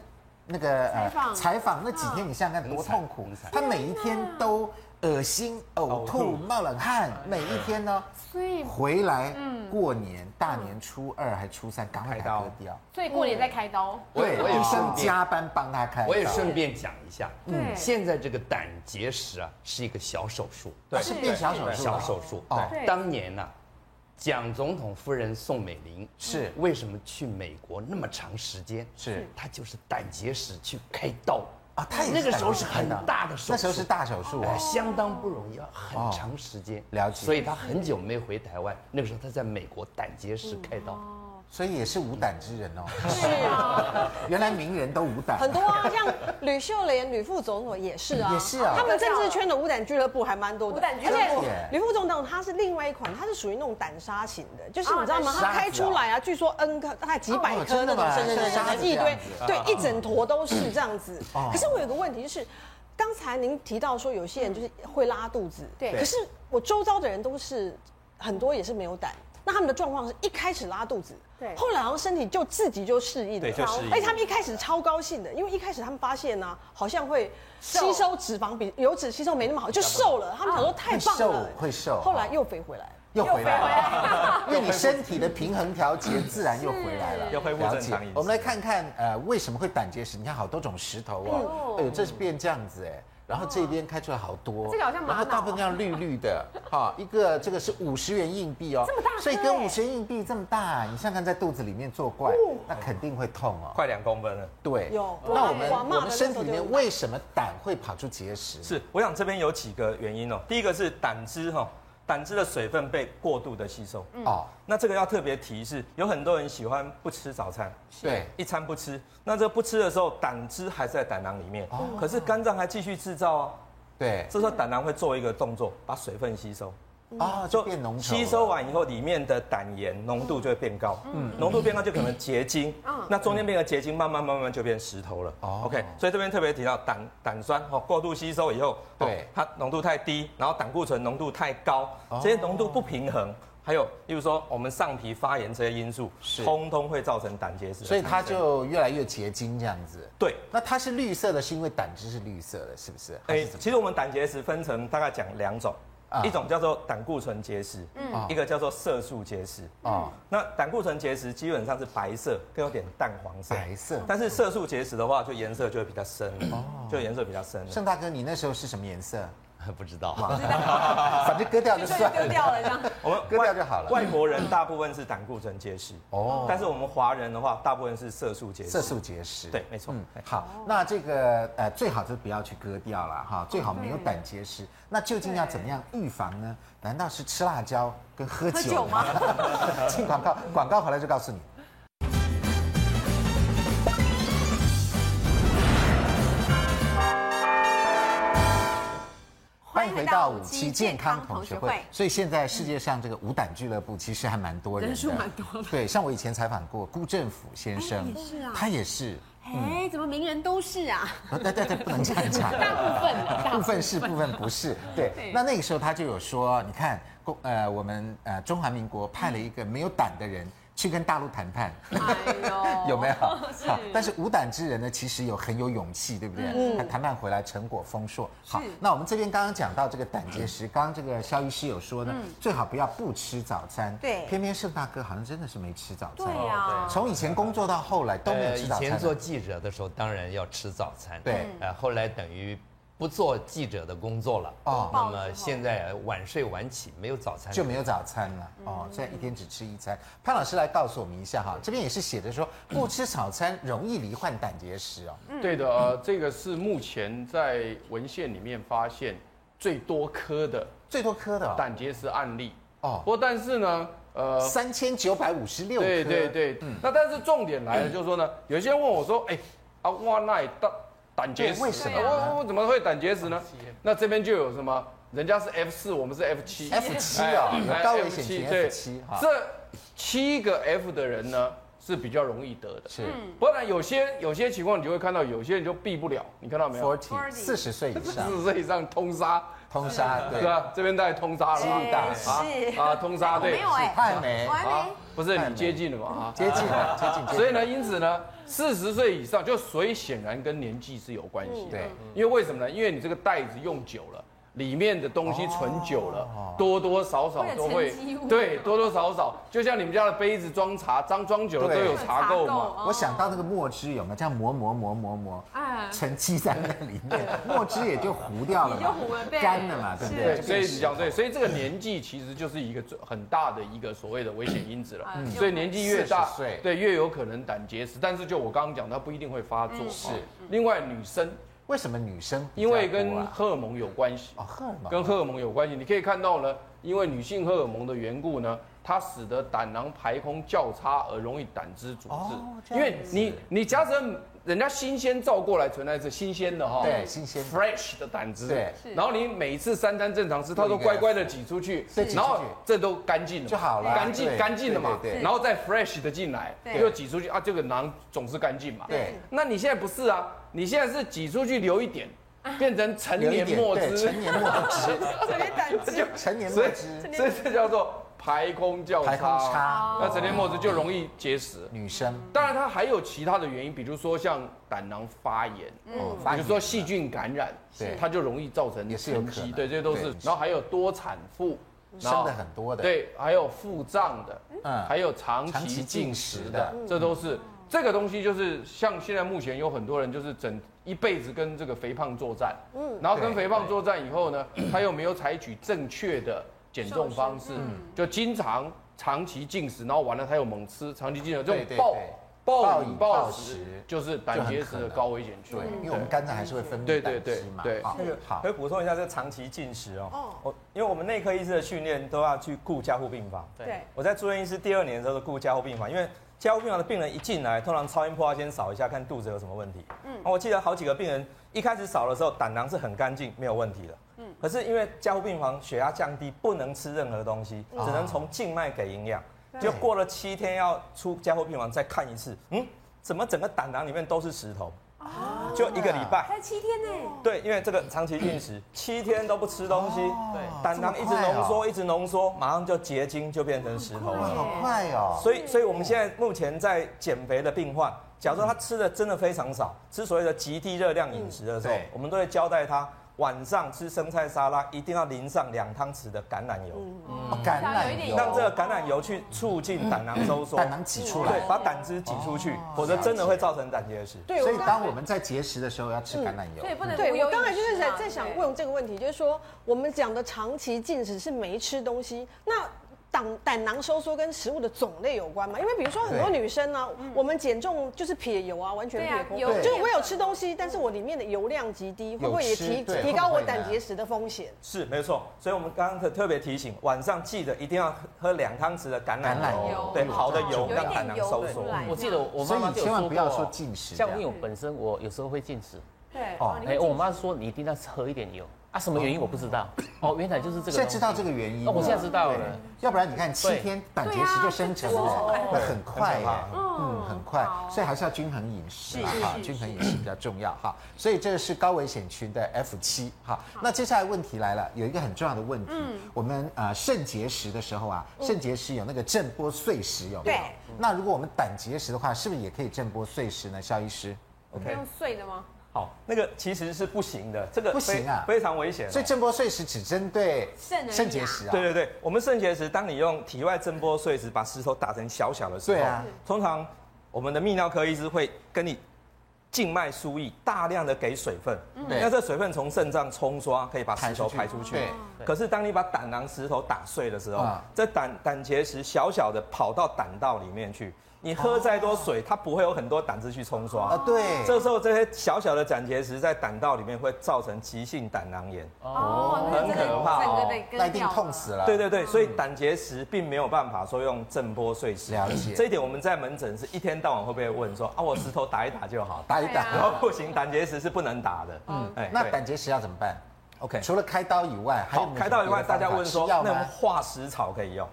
Speaker 1: 那个呃
Speaker 2: 采访
Speaker 1: 采访那几天，你想想看多痛苦
Speaker 3: 很惨，
Speaker 1: 他每一天都恶心、呕
Speaker 5: 呕
Speaker 1: 吐、
Speaker 5: 吐
Speaker 1: 冒冷汗，每一天呢
Speaker 2: 所以
Speaker 1: 回来，
Speaker 7: 嗯
Speaker 1: 过年大年初二还初三，赶快给
Speaker 5: 开
Speaker 1: 他
Speaker 5: 刀
Speaker 1: 割掉。
Speaker 2: 所以过年再开刀，
Speaker 3: 嗯我也
Speaker 1: 对，
Speaker 3: 我也
Speaker 1: 医生
Speaker 3: 顺便
Speaker 1: 加班帮他开刀。
Speaker 3: 我也顺便讲一下，
Speaker 1: 嗯
Speaker 2: 对
Speaker 3: 现在这个胆结石啊是一个小手术，
Speaker 1: 啊是变小手术，
Speaker 3: 小手术。啊
Speaker 1: 哦
Speaker 2: 对
Speaker 3: 当年呢、蒋总统夫人宋美龄
Speaker 1: 是
Speaker 3: 为什么去美国那么长时间？
Speaker 1: 是
Speaker 3: 她就是胆结石去开刀
Speaker 1: 啊，他也
Speaker 3: 那个时候是
Speaker 1: 胆结
Speaker 3: 很
Speaker 1: 石
Speaker 3: 大的手术，
Speaker 1: 那时候是大手术
Speaker 3: 哎，
Speaker 1: 哦，
Speaker 3: 相当不容易，啊，很
Speaker 1: 哦
Speaker 3: 长时间。
Speaker 1: 了解
Speaker 3: 所以她很久没回台湾。那个时候她在美国胆结石开刀，
Speaker 2: 哦
Speaker 1: 所以也是无胆之人哦。
Speaker 7: 是啊，
Speaker 1: 原来名人都无胆，
Speaker 7: 很多啊，像吕秀莲、吕副总统也是啊，
Speaker 1: 也是啊
Speaker 7: 他们政治圈的无胆俱乐部还蛮多的，
Speaker 2: 无胆俱乐部
Speaker 7: 而且
Speaker 1: 耶
Speaker 7: 吕副总统他是另外一款，他是属于那种胆砂型的，就是
Speaker 2: 啊
Speaker 7: 你知道吗？
Speaker 1: 胆砂
Speaker 7: 他开出来啊，据说 N 颗大概几百
Speaker 1: 哦
Speaker 7: 颗
Speaker 1: 真的
Speaker 7: 那种
Speaker 1: 吗，
Speaker 7: 对对对
Speaker 1: 像沙
Speaker 7: 对
Speaker 1: 子
Speaker 7: 对，一
Speaker 1: 这
Speaker 7: 堆
Speaker 1: 样子，
Speaker 7: 对，一整坨都是这样子
Speaker 1: 哦。
Speaker 7: 可是我有个问题就是。刚才您提到说有些人就是会拉肚子，
Speaker 2: 对
Speaker 7: 可是我周遭的人都是很多也是没有胆，那他们的状况是一开始拉肚子，
Speaker 2: 对
Speaker 7: 后来好像身体就自己就适应了，
Speaker 5: 对就适应
Speaker 7: 而且他们一开始超高兴的，因为一开始他们发现呢、好像会吸收脂肪比油脂吸收没那么好，就瘦了。他们想说太棒了，
Speaker 1: 啊会瘦会瘦
Speaker 7: 后来又肥回来。
Speaker 1: 又回来了，因为你身体的平衡调节自然又回来了，
Speaker 5: 又恢复
Speaker 1: 了
Speaker 5: 正
Speaker 1: 解
Speaker 5: 常饮食
Speaker 1: 我们来看看，呃，为什么会胆结石？你看好多种石头哦，哎呦，这是变这样子哎。然后这边开出来好多，
Speaker 2: 这个好像玛瑙
Speaker 1: 然后大部分要绿绿的，哈，一个这个是五十元硬币哦，
Speaker 2: 这么大颗
Speaker 1: 所以跟五十元硬币这么大，你想看在肚子里面作怪，那肯定会痛哦。
Speaker 5: 快两公分了。
Speaker 1: 对，
Speaker 7: 有
Speaker 1: 那我们
Speaker 7: 哇骂
Speaker 1: 我
Speaker 7: 的
Speaker 1: 们
Speaker 7: 那
Speaker 1: 身
Speaker 7: 时
Speaker 1: 体
Speaker 7: 候
Speaker 1: 里
Speaker 7: 就
Speaker 1: 面
Speaker 7: 很
Speaker 1: 为什么胆会跑出结石？
Speaker 5: 是，我想这边有几个原因哦。第一个是胆汁哈、胆汁的水分被过度的吸收。
Speaker 1: 哦，
Speaker 5: 那这个要特别提示，有很多人喜欢不吃早餐，
Speaker 1: 对，
Speaker 5: 一餐不吃。那这不吃的时候，胆汁还是在胆囊里面，可是肝脏还继续制造啊。
Speaker 1: 对，
Speaker 5: 这时候胆囊会做一个动作，把水分吸收。
Speaker 1: 啊，就变浓稠了，
Speaker 5: 吸收完以后，里面的胆盐浓度就会变高，嗯，浓度变高就可能结晶，那中间变个结晶，慢慢慢慢就变石头了。
Speaker 1: 哦
Speaker 5: OK，所以这边特别提到胆胆酸哦，过度吸收以后，哦
Speaker 1: 对哦
Speaker 5: 它浓度太低，然后胆固醇浓度太高，这些浓度不平衡，还有例如说我们上皮发炎这些因素，
Speaker 1: 是
Speaker 5: 通通会造成胆结石的产生，
Speaker 1: 所以它就越来越结晶这样子。
Speaker 5: 对。
Speaker 1: 那它是绿色的，是因为胆汁是绿色的，是不是？还
Speaker 5: 哎
Speaker 1: 是怎，么
Speaker 5: 其实我们胆结石分成大概讲两种
Speaker 1: 啊，
Speaker 5: 一种叫做胆固醇结石，
Speaker 1: 哦
Speaker 5: 嗯，一个叫做色素结石。
Speaker 1: 哦，
Speaker 5: 那胆固醇结石基本上是白色，更有点淡黄色。
Speaker 1: 白色
Speaker 5: 但是色素结石的话，就颜色就会比较深了，
Speaker 1: 哦
Speaker 5: 就颜色比较深了。
Speaker 1: 盛大哥，你那时候是什么颜色？
Speaker 3: 不知道。呃
Speaker 1: 反正割掉就
Speaker 2: 就就
Speaker 1: 算
Speaker 2: 丢
Speaker 1: 了。
Speaker 2: 掉了这样。
Speaker 5: 我们
Speaker 1: 割掉
Speaker 5: 外
Speaker 1: 就好了
Speaker 5: 外国人大部分是胆固醇结石，
Speaker 1: 哦
Speaker 5: 哦，但是我们华人的话，大部分是色素结石。
Speaker 1: 色素嗯结石，
Speaker 5: 对没错哎
Speaker 1: 好，那这个呃，最好就不要去割掉了哈，最好没有胆结石。那究竟要怎么样预防呢？难道是吃辣椒跟喝
Speaker 2: 喝
Speaker 1: 酒
Speaker 2: 酒吗？
Speaker 1: 进广告，广告回来就告诉你。 欢迎回到五期健康同学会。所以现在世界上这个无胆俱乐部其实还蛮多人，人数蛮多。对，像我以前采访过辜振甫先生，
Speaker 2: 也是啊
Speaker 1: 他也是，嗯
Speaker 2: 哎，怎么名人都是啊？
Speaker 1: 呃对对对，不能这样 讲。
Speaker 2: 大部分啊，大
Speaker 1: 部分是，部分不是。对，
Speaker 2: 对
Speaker 1: 那那个时候他就有说，你看，公呃，我们呃中华民国派了一个没有胆的人去跟大陆谈判，
Speaker 2: 哎 呦
Speaker 1: 有没有？
Speaker 2: 是嗯
Speaker 1: 好，但是无胆之人呢，其实有很有勇气，对不对？他谈判回来成果丰硕。好
Speaker 2: 是，嗯
Speaker 1: 那我们这边刚刚讲到这个胆结石，刚刚这个肖医师有说呢，最好不要不吃早餐。
Speaker 6: 对
Speaker 1: 偏偏盛大哥好像真的是没吃早餐。
Speaker 2: 对啊呀，
Speaker 1: 从以前工作到后来都没有
Speaker 3: 呃，
Speaker 1: 吃
Speaker 3: 以
Speaker 1: 早餐。啊
Speaker 3: 前做记者的时候，当然要吃早餐。
Speaker 1: 对
Speaker 3: 呃，后来等于不做记者的工作了
Speaker 1: 哦
Speaker 3: 那么现在晚睡晚起，没有早餐
Speaker 1: 就没有早餐了哦，
Speaker 2: 嗯
Speaker 1: 所以一天只吃一餐。潘老师来告诉我们一下哈，这边也是写的说不吃早餐容易罹患胆结石哦，
Speaker 2: 嗯
Speaker 8: 对的，呃，这个是目前在文献里面发现最多颗的
Speaker 1: 最多颗的哦
Speaker 8: 胆结石案例。不
Speaker 1: 哦，
Speaker 8: 过但是呢，呃，
Speaker 1: 三千九百五十六颗，嗯
Speaker 8: 对对对，那但是重点来了，就是说呢，有些人问我说，哎，啊，哇那胆胆结石，
Speaker 1: 哦对为什么
Speaker 8: 啊我我我怎么会胆结石呢？那这边就有什么，人家是 F 四，我们是 F 七哎
Speaker 1: ，F 七哦，有高危险群 F 七哈，
Speaker 8: 这七个 F 的人呢是比较容易得的。
Speaker 1: 是
Speaker 2: 嗯
Speaker 8: 不然有些有些情况你就会看到，有些人就避不了，你看到没有？
Speaker 1: forty 四十岁以上
Speaker 8: 四十岁以上通杀，
Speaker 1: 通杀
Speaker 8: 嗯对啊
Speaker 1: 对，
Speaker 8: 吧？这边带通杀了吗？
Speaker 1: 大
Speaker 8: 啊啊，通杀
Speaker 2: 哦
Speaker 6: 我
Speaker 8: 对
Speaker 6: 没，有哎，
Speaker 1: 太美
Speaker 6: 我，还
Speaker 8: 啊
Speaker 6: 没，
Speaker 8: 不是
Speaker 1: 太
Speaker 8: 你接近了嘛啊？
Speaker 1: 接近 了接近，接近
Speaker 8: 所以呢，因此呢，四十岁以上就所以显然跟年纪是有关系的。
Speaker 1: 对，
Speaker 8: 因为为什么呢？因为你这个袋子用久了，里面的东西存久
Speaker 1: 哦
Speaker 8: 了，多多少少都
Speaker 2: 会有
Speaker 8: 会
Speaker 2: 沉积物
Speaker 8: 对，多多少少，就像你们家的杯子装茶，装装久了
Speaker 1: 对
Speaker 8: 都有茶垢嘛。
Speaker 2: 哦
Speaker 1: 我想到那个墨汁有没有这样磨磨磨磨磨，
Speaker 8: 啊
Speaker 2: 哎
Speaker 1: 沉积在那里面， 墨汁也就糊掉了嘛，
Speaker 2: 也就糊了对
Speaker 1: 干了嘛，对不对？
Speaker 8: 对，
Speaker 1: 就
Speaker 8: 所以
Speaker 1: 变
Speaker 8: 你
Speaker 1: 石
Speaker 8: 讲对，所以这个年纪其实就是一个最很大的一个所谓的危险因子了。
Speaker 2: 嗯
Speaker 8: 所以年纪越大
Speaker 1: 40岁，
Speaker 8: 对越有可能胆结石。但是就我刚刚讲，它不一定会发作。是另外，女生
Speaker 1: 为什么女生嗯比较
Speaker 8: 因为
Speaker 1: 多
Speaker 8: 跟
Speaker 1: 啊
Speaker 8: 荷尔蒙有关系，
Speaker 1: 哦荷尔蒙
Speaker 8: 跟荷尔蒙有关系。你可以看到呢，因为女性荷尔蒙的缘故呢，它使得胆囊排空较差而容易胆汁阻
Speaker 1: 哦这
Speaker 8: 滞。因
Speaker 1: 样
Speaker 8: 为你你假设人家新鲜照过来存在是新鲜的哈，
Speaker 1: 对新鲜的
Speaker 8: fresh 的胆汁，
Speaker 1: 对，
Speaker 8: 然后你每一次三餐正常吃，它都乖乖的挤出去
Speaker 1: 对挤，出去
Speaker 8: 然后这都干净了嘛
Speaker 1: 就好了
Speaker 8: 干净
Speaker 1: 对
Speaker 8: 干净了嘛
Speaker 1: 对对，对
Speaker 8: 然后再 fresh 的进来，
Speaker 2: 对
Speaker 8: 又挤出去啊，这个囊总是干净嘛，
Speaker 1: 对，
Speaker 8: 那你现在不是啊？你现在是挤出去留一点，变成成
Speaker 1: 有一
Speaker 8: 年
Speaker 1: 点
Speaker 8: 墨
Speaker 1: 对
Speaker 8: 汁，
Speaker 1: 成年墨汁，成 年
Speaker 8: 所
Speaker 1: 墨
Speaker 8: 以
Speaker 1: 汁，
Speaker 8: 所以这叫做排空较
Speaker 1: 排空
Speaker 8: 差。
Speaker 1: 差，
Speaker 8: 那成年墨汁嗯就容易结石。
Speaker 1: 女生
Speaker 8: 当然，它还有其他的原因，比如说像胆囊发炎，
Speaker 1: 哦
Speaker 8: 比如说细菌感染，
Speaker 1: 对
Speaker 8: 它就容易造成
Speaker 1: 也是有可能
Speaker 8: 沉积对，这些都是
Speaker 1: 对。
Speaker 8: 然后还有多产妇，
Speaker 1: 生
Speaker 8: 然后
Speaker 1: 的很多的，，
Speaker 8: 对，还有腹胀的，
Speaker 1: 嗯
Speaker 8: 还有长
Speaker 1: 长
Speaker 8: 期
Speaker 1: 期
Speaker 8: 进
Speaker 1: 进
Speaker 8: 食
Speaker 1: 食
Speaker 8: 的
Speaker 1: 的，
Speaker 8: 这都是这个东西，就是像现在目前有很多人就是整一辈子跟这个肥胖作战，嗯，然后跟
Speaker 1: 对
Speaker 8: 肥胖作战以后呢，他又没有采取正确的减重方式，就经常长期进食，然后完了他又猛吃，长期进食这
Speaker 1: 对
Speaker 8: 种
Speaker 1: 对
Speaker 8: 暴
Speaker 1: 对
Speaker 8: 暴
Speaker 1: 暴
Speaker 8: 饮
Speaker 1: 饮
Speaker 8: 暴
Speaker 1: 暴
Speaker 8: 食
Speaker 1: 食
Speaker 8: 就是胆结石的高危险区
Speaker 1: 对，，因为我们肝脏还是会分
Speaker 8: 对
Speaker 1: 泌
Speaker 8: 对
Speaker 1: 胆
Speaker 8: 对
Speaker 1: 汁嘛，
Speaker 8: 对
Speaker 1: 好
Speaker 5: 那个
Speaker 1: 好
Speaker 5: 可以补充一下，这长期进食哦。哦，因为我们内科医师的训练都要去顾加护病房。
Speaker 2: 对，
Speaker 5: 我在住院医师第二年的时候，顾加护病房，因为加护病房的病人一进来，通常超音波要先扫一下，看肚子有什么问题。嗯，我记得好几个病人一开始扫的时候，胆囊是很干净，没有问题的。嗯，可是因为加护病房血压降低，不能吃任何东西，只能从静脉给营养。就过了七天要出加护病房再看一次，嗯，怎么整个胆囊里面都是石头？就一个礼拜。
Speaker 2: 才哎七天呢，
Speaker 5: 对，因为这个长期进食，七天都不吃东西，
Speaker 1: 哦
Speaker 5: 对，胆囊一直
Speaker 9: 哦
Speaker 5: 浓缩，一直浓缩，马上就结晶，就变成石头
Speaker 1: 哇，
Speaker 5: 了。
Speaker 1: 哦好快哦，
Speaker 5: 所以，所以我们现在目前在减肥的病患，假如说他吃的真的非常少，吃所谓的极低热量饮食的时候
Speaker 1: 嗯对，
Speaker 5: 我们都会交代他晚上吃生菜沙拉一定要淋上两汤匙的橄榄油，
Speaker 2: 嗯
Speaker 9: 嗯
Speaker 1: 哦橄
Speaker 2: 有一
Speaker 1: 榄
Speaker 2: 点
Speaker 1: 油，
Speaker 5: 让这个橄榄油去促进胆囊收缩，
Speaker 1: 嗯胆囊挤出来
Speaker 5: 对，把胆汁挤出去，
Speaker 2: 哦
Speaker 5: 否则真的会造成胆结石。
Speaker 7: 对，
Speaker 1: 所以
Speaker 7: 我刚
Speaker 1: 当我们在节食的时候要吃橄榄油
Speaker 2: 所，以不
Speaker 5: 嗯
Speaker 2: 能
Speaker 7: 对
Speaker 2: 无忧
Speaker 7: 我刚才
Speaker 2: 饮
Speaker 7: 就
Speaker 2: 食
Speaker 7: 是
Speaker 2: 嘛
Speaker 7: 在在想
Speaker 2: 对
Speaker 7: 问这个问题，就是说我们讲的长期进食是没吃东西，那。胆胆囊收缩跟食物的种类有关嘛？因为比如说很多
Speaker 1: 对
Speaker 7: 女生呢、我们减重就是撇油啊，完全
Speaker 2: 嗯对啊
Speaker 7: 撇空，
Speaker 2: 油
Speaker 7: 就是
Speaker 2: 也
Speaker 7: 我有
Speaker 2: 算
Speaker 7: 吃东西，但是我里面的油量极低，会
Speaker 1: 有
Speaker 7: 不会也
Speaker 1: 吃
Speaker 7: 提
Speaker 1: 对
Speaker 7: 提
Speaker 1: 会
Speaker 7: 高
Speaker 1: 不
Speaker 7: 我
Speaker 1: 会啊
Speaker 7: 胆
Speaker 1: 呢
Speaker 7: 结石的风险？
Speaker 5: 是没错，所以我们刚刚特特别提醒，晚上记得一定要喝两汤匙的橄
Speaker 1: 橄
Speaker 5: 榄
Speaker 1: 榄
Speaker 5: 油
Speaker 1: 油，
Speaker 5: 对，哦好的
Speaker 2: 有
Speaker 5: 油
Speaker 2: 一
Speaker 5: 让胆
Speaker 2: 点
Speaker 5: 囊
Speaker 2: 油
Speaker 5: 收
Speaker 2: 出
Speaker 5: 缩。
Speaker 2: 来，
Speaker 9: 我记得我
Speaker 1: 所
Speaker 9: 妈
Speaker 1: 以
Speaker 9: 妈
Speaker 1: 你
Speaker 9: 就有
Speaker 1: 千
Speaker 9: 说
Speaker 1: 万不要说
Speaker 9: 过，
Speaker 1: 进食这
Speaker 9: 像
Speaker 1: 样，
Speaker 9: 因为我本身我有时候会进食，
Speaker 2: 对，
Speaker 1: 哦
Speaker 2: 啊你会
Speaker 9: 哎，
Speaker 2: 进
Speaker 9: 我妈说你一定要喝一点油啊，什么原因我不知道，哦，原来就是这个东 西。
Speaker 1: 现在知道这个原因了，
Speaker 9: 哦我现在知道了
Speaker 1: 要不然你看七天胆结石就生成
Speaker 9: 啊
Speaker 1: 了，那很快耶，
Speaker 2: 哦
Speaker 1: 嗯，很快，所以还是要均衡饮食啊，哈均衡饮食比较重要哈。所以这个是高危险群的 F 七哈。那接下来问题来了，有一个很重要的问题，
Speaker 2: 嗯
Speaker 1: 我们呃肾结石的时候啊，肾结石有那个震波碎石有没有
Speaker 7: 对？
Speaker 5: 嗯
Speaker 1: 那如果我们胆结石的话，是不是也可以震波碎石呢？肖医师，
Speaker 5: OK，
Speaker 2: 用碎的吗？
Speaker 5: 好，那个其实是不行的，这个
Speaker 1: 不行啊
Speaker 5: 非非常危险哦。
Speaker 1: 所以震波碎石只针对
Speaker 2: 肾而已啊
Speaker 1: 肾结石啊，
Speaker 5: 对对对，我们肾结石，当你用体外震波碎石把石头打成小小的时候，
Speaker 1: 对啊
Speaker 5: 通常我们的泌尿科医师会跟你静脉输液，大量的给水分，那这水分从肾脏冲刷可以把石头排出去。
Speaker 1: 对，
Speaker 5: 可是当你把胆囊石头打碎的时候
Speaker 1: 啊，
Speaker 5: 这胆胆结石小小的跑到胆道里面去，你喝再多水，它不会有很多胆汁去冲
Speaker 1: 啊
Speaker 5: 刷。
Speaker 1: 对，
Speaker 5: 这时候这些小小的胆结石在胆道里面会造成急性胆囊炎。
Speaker 2: 哦，那
Speaker 5: 很
Speaker 2: 真的
Speaker 5: 可怕哦
Speaker 2: 整个被割
Speaker 1: 那一定
Speaker 2: 掉了
Speaker 1: 痛死了。
Speaker 5: 对对对，所以胆结石并没有办法说用震波碎石。
Speaker 1: 了解
Speaker 5: 这一点我们在门诊是一天到晚会被问说啊，我石头打一打 就好，
Speaker 1: 打一打。
Speaker 2: 对啊
Speaker 5: 然后不行，胆结石是不能打的。嗯，哎
Speaker 1: 那
Speaker 5: 对
Speaker 1: 胆结石要怎么办？
Speaker 5: OK。
Speaker 1: 除了开刀以外，还有
Speaker 5: 好，开到以外，大家问说，那我
Speaker 1: 那
Speaker 5: 们化石草可以用？
Speaker 2: 哦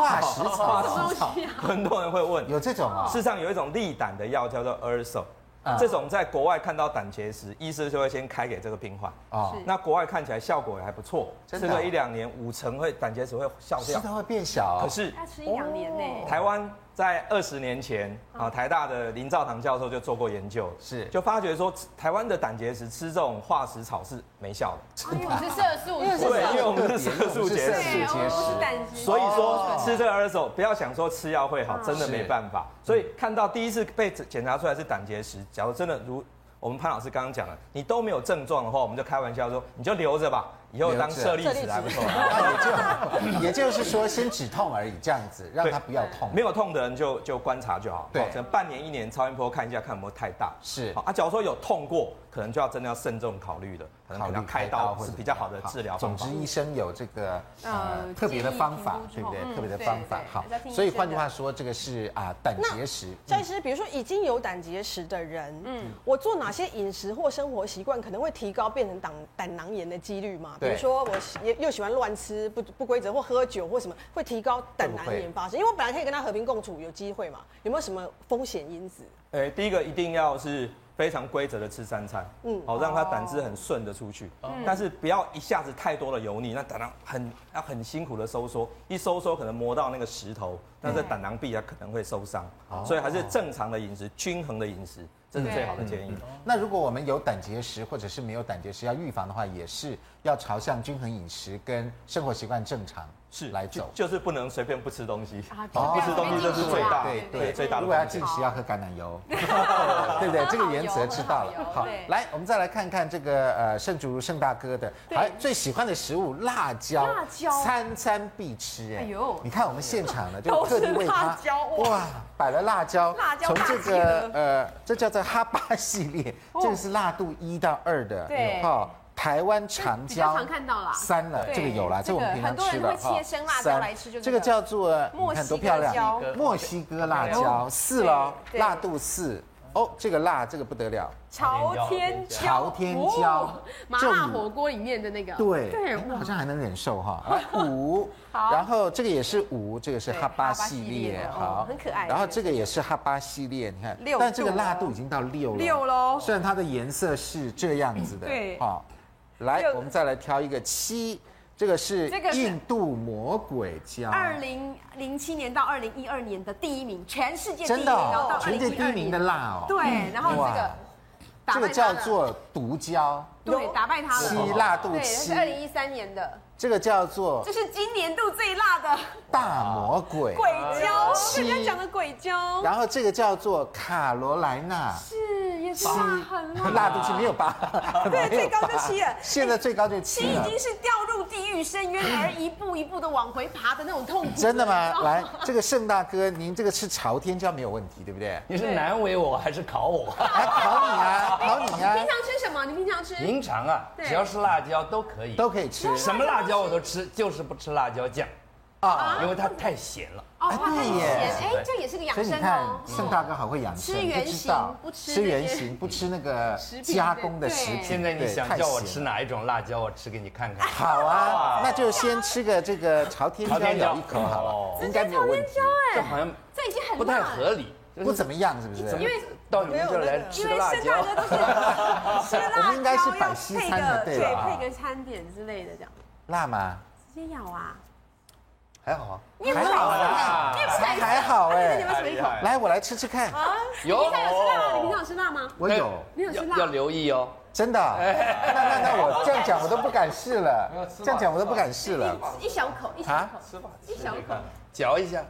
Speaker 1: 化石
Speaker 5: 化
Speaker 1: 草
Speaker 5: 石草，很多人会问。
Speaker 1: 有这种哦
Speaker 5: 事实上有一种利胆的药叫做 Urso，
Speaker 1: 啊
Speaker 5: 这种在国外看到胆结石，医师就会先开给这个病患。
Speaker 1: 哦，
Speaker 5: 那国外看起来效果也还不错，吃
Speaker 1: 真的啊
Speaker 5: 个一两年，五成会胆结石会消
Speaker 1: 石
Speaker 5: 掉。
Speaker 1: 头会变小哦
Speaker 5: 可。是
Speaker 2: 要吃一两年呢。
Speaker 5: 台湾在二十年前啊，台大的林兆堂教授就做过研究，
Speaker 1: 是
Speaker 5: 就发觉说台湾的胆结石吃这种化石草是没效的，
Speaker 2: 因为我们是色素，
Speaker 5: 对，因为我们是色素
Speaker 1: 是
Speaker 5: 结
Speaker 1: 色
Speaker 5: 石。
Speaker 1: 素
Speaker 2: 对，我
Speaker 1: 结
Speaker 2: 们不是
Speaker 1: 石。
Speaker 2: 胆汁，
Speaker 5: 所以说吃这个二手，不要想说吃药会好，真的没办法。所以看到第一次被检查出来是胆结石，假如真的如我们潘老师刚刚讲了，你都没有症状的话，我们就开玩笑说你就留着吧，以后当舍利子还不错。
Speaker 1: 那也就也就是说，先止痛而已，这样子让它
Speaker 5: 对
Speaker 1: 不要痛。
Speaker 5: 没有痛的人就就观察就好，哦
Speaker 1: 对
Speaker 5: 可能半年一年超音波看一下，看有没有太大。
Speaker 1: 是
Speaker 5: 好啊，假如说有痛过，可能就要真的要慎重考虑了，可能
Speaker 1: 考
Speaker 5: 可
Speaker 1: 虑
Speaker 5: 能开刀是比较好的治疗方
Speaker 1: 总
Speaker 5: 法
Speaker 1: 之，。医生有这个呃
Speaker 2: 呃
Speaker 1: 特别的方法，
Speaker 2: 建
Speaker 1: 对
Speaker 2: 议评估之后嗯
Speaker 1: 不对？特别的
Speaker 2: 对
Speaker 1: 方法
Speaker 2: 对
Speaker 1: 好
Speaker 2: 还是要听。医
Speaker 1: 所以
Speaker 2: 生
Speaker 1: 换句
Speaker 2: 的
Speaker 1: 话说，这个是啊胆结石。
Speaker 7: 张医师，比如说已经有胆结石的人，嗯，我做哪些饮食或生活习惯可能会提高变成胆胆囊炎的几率嘛？比
Speaker 1: 对
Speaker 7: 如说我喜也又喜欢乱吃不不规则或喝酒或什么，会提高胆囊炎发生。因为我本来可以跟他和平共处，有机会嘛？有没有什么风险因子？
Speaker 5: 呃，第一个一定要是非常规则的吃三餐，嗯
Speaker 7: 嗯，
Speaker 5: 好、让它胆汁很顺的出去，但是不要一下子太多的油腻，那胆囊很要很辛苦的收缩，一收缩可能磨到那个石头，那
Speaker 1: 嗯
Speaker 5: 这胆囊壁啊可能会受伤，
Speaker 1: 哦
Speaker 5: 所以还是正常的饮食，均衡的饮食，这是最好的建议。
Speaker 1: 那如果我们有胆结石或者是没有胆结石要预防的话，也是要朝向均衡饮食跟生活习惯正常
Speaker 5: 是
Speaker 1: 来
Speaker 5: 就
Speaker 1: 走。
Speaker 5: 就是不能随便不吃东西，
Speaker 2: 啊，
Speaker 1: 哦
Speaker 5: 不
Speaker 1: 是
Speaker 5: 吃东西这是最大
Speaker 1: 对
Speaker 5: 对
Speaker 1: 对
Speaker 5: 最大的
Speaker 1: 如果要
Speaker 5: 风
Speaker 1: 进
Speaker 5: 险。
Speaker 1: 食要喝橄榄 油，
Speaker 2: 哦
Speaker 1: 对不对？这个原则知道了。
Speaker 2: 好
Speaker 1: 好
Speaker 2: 对，
Speaker 1: 来，我们再来看看这个呃盛竹盛大哥的，还最喜欢的食物辣椒，
Speaker 2: 辣椒
Speaker 1: 餐餐必吃。哎
Speaker 2: 哎呦
Speaker 1: 你看我们现场呢，就
Speaker 2: 都
Speaker 1: 特
Speaker 2: 是
Speaker 1: 地为他
Speaker 2: 辣椒哇
Speaker 1: 哇摆了辣椒，
Speaker 2: 辣椒
Speaker 1: 从
Speaker 2: 大
Speaker 1: 这
Speaker 2: 集
Speaker 1: 个
Speaker 2: 合
Speaker 1: 呃这叫做哈巴系列，这个是辣度一到二的，哎
Speaker 2: 对
Speaker 1: 好。台湾长
Speaker 2: 比
Speaker 1: 椒
Speaker 2: 较常看到啦
Speaker 1: 三了，
Speaker 2: 对
Speaker 1: 这个有啦，这
Speaker 2: 这
Speaker 1: 我们
Speaker 2: 个
Speaker 1: 平常
Speaker 2: 很多
Speaker 1: 吃
Speaker 2: 人
Speaker 1: 的
Speaker 2: 会切
Speaker 1: 哈
Speaker 2: 生辣椒
Speaker 1: 三
Speaker 2: 来吃就
Speaker 1: 这
Speaker 2: 这
Speaker 1: 个
Speaker 2: 个
Speaker 1: 叫做
Speaker 2: 墨
Speaker 1: 你看多
Speaker 2: 西
Speaker 1: 漂
Speaker 2: 哥
Speaker 1: 亮，
Speaker 2: 椒，
Speaker 1: 墨西哥辣椒四喽，
Speaker 2: 哦对对
Speaker 1: 辣度四哦，这个辣这个不得了，
Speaker 2: 朝天椒，
Speaker 1: 朝天椒
Speaker 2: 哦麻
Speaker 1: 就
Speaker 2: 辣
Speaker 1: 你
Speaker 2: 火锅里面的那个，
Speaker 1: 对，
Speaker 2: 对，
Speaker 1: 哎
Speaker 2: 哇
Speaker 1: 好像还能忍受哈。啊 五，然后这个也是五，这个是哈巴系列
Speaker 2: 对，哈巴系列
Speaker 1: 好
Speaker 2: 哦，很可爱
Speaker 1: 然后这个也是哈巴系列，你看
Speaker 2: 六，度
Speaker 1: 但这个辣度已经到六了，
Speaker 2: 六喽
Speaker 1: 虽然它的颜色是这样子的，
Speaker 2: 对
Speaker 1: 好，来，
Speaker 2: 六
Speaker 1: 我们再来挑一个七，这个是
Speaker 2: 这个是
Speaker 1: 印度魔鬼椒，
Speaker 2: 二零零七年到二零一二年的第一名，全世界第一
Speaker 1: 真
Speaker 2: 名，
Speaker 1: 的
Speaker 2: 然后
Speaker 1: 哦
Speaker 2: 到，二
Speaker 1: 全世
Speaker 2: 零
Speaker 1: 界
Speaker 2: 一
Speaker 1: 第一
Speaker 2: 二
Speaker 1: 名
Speaker 2: 年
Speaker 1: 的辣哦，
Speaker 2: 对，然后这
Speaker 1: 哇
Speaker 2: 个打败
Speaker 1: 这个
Speaker 2: 它
Speaker 1: 叫
Speaker 2: 的
Speaker 1: 做毒椒，
Speaker 2: 对打败它了，
Speaker 1: 七辣度
Speaker 2: 对，它
Speaker 1: 七
Speaker 2: 是，二零一三年的，
Speaker 1: 这个叫做
Speaker 2: 这是今年度最辣的
Speaker 1: 大魔鬼，
Speaker 2: 鬼椒，
Speaker 1: 七
Speaker 2: 人家讲的鬼椒
Speaker 1: 然后这个叫做卡罗莱纳，
Speaker 2: 是也是辣很辣，
Speaker 1: 辣度是没有八，
Speaker 2: 啊对
Speaker 1: 没有
Speaker 2: 最高就
Speaker 1: 八
Speaker 2: 七了
Speaker 1: 现在最高就七
Speaker 2: 其实已
Speaker 1: 了。
Speaker 2: 经是掉入地狱深渊而一步一步的往回爬的那种痛苦，哦
Speaker 1: 真的吗？来，这个盛大哥，您这个吃朝天椒没有问题，对不对？
Speaker 3: 你是难为我还是考我？
Speaker 1: 来考你啊，考你啊
Speaker 2: 平，常吃什么？你平常吃
Speaker 3: 平常啊，
Speaker 2: 对
Speaker 3: 只要是辣椒都可以，
Speaker 1: 都可以吃
Speaker 3: 什么辣椒我都吃，就是不吃辣椒酱，
Speaker 1: 啊。
Speaker 3: 因为它太咸了。
Speaker 2: 哦，
Speaker 1: 哎
Speaker 2: 花太
Speaker 1: 对
Speaker 2: 咸，
Speaker 1: 耶
Speaker 2: 哎，这也是个养
Speaker 1: 所以你
Speaker 2: 生
Speaker 1: 看
Speaker 2: 哦，。
Speaker 1: 盛大哥好会养生，
Speaker 2: 吃原
Speaker 1: 不知道
Speaker 2: 形不吃
Speaker 1: 吃
Speaker 2: 那
Speaker 1: 原
Speaker 2: 些
Speaker 1: 形，不吃那个
Speaker 2: 品
Speaker 1: 加
Speaker 2: 的
Speaker 1: 工的
Speaker 2: 对
Speaker 1: 食品。
Speaker 2: 嗯
Speaker 3: 现在你
Speaker 1: 对
Speaker 3: 想
Speaker 1: 太
Speaker 3: 叫我
Speaker 1: 咸
Speaker 3: 吃
Speaker 1: 了
Speaker 3: 哪一种辣椒，我吃给你看看。
Speaker 1: 好啊，那就先吃个这个朝天椒
Speaker 3: 朝天
Speaker 1: 咬
Speaker 3: 椒
Speaker 1: 一口好
Speaker 3: 哦
Speaker 1: 了，应该没有问题，
Speaker 7: 啊
Speaker 3: 这好像
Speaker 2: 这已经很
Speaker 3: 不
Speaker 2: 辣
Speaker 3: 太
Speaker 2: 了
Speaker 3: 合理，就是
Speaker 1: 不怎么样是不是？
Speaker 3: 怎么到你们这儿来吃
Speaker 2: 因
Speaker 3: 个
Speaker 2: 为
Speaker 3: 辣
Speaker 2: 剩
Speaker 3: 椒
Speaker 2: 下。的都啊是吃
Speaker 1: 啊我
Speaker 2: 辣
Speaker 1: 们应该是
Speaker 2: 椒，
Speaker 1: 摆
Speaker 2: 要
Speaker 1: 西
Speaker 2: 配
Speaker 1: 餐才
Speaker 2: 个
Speaker 1: 对吧
Speaker 2: 配个餐点之类的这样，
Speaker 1: 辣吗？
Speaker 2: 直接咬啊！
Speaker 3: 还好啊，
Speaker 2: 面
Speaker 1: 还好啦，才还好
Speaker 2: 你
Speaker 1: 哎。
Speaker 2: 们什么一口？
Speaker 1: 来，我来吃吃看，
Speaker 3: 有
Speaker 2: 啊你有吃辣吗？你平常有吃辣吗？
Speaker 1: 我有，
Speaker 2: 没有吃
Speaker 3: 要
Speaker 2: 辣，
Speaker 3: 留意哦。
Speaker 1: 真的。
Speaker 3: 哎
Speaker 1: 那那那我这样讲我都不敢试 了，这样讲我都不敢试了。
Speaker 2: 一小口，一小
Speaker 1: 啊
Speaker 2: 口，一小口，
Speaker 3: 嚼一下，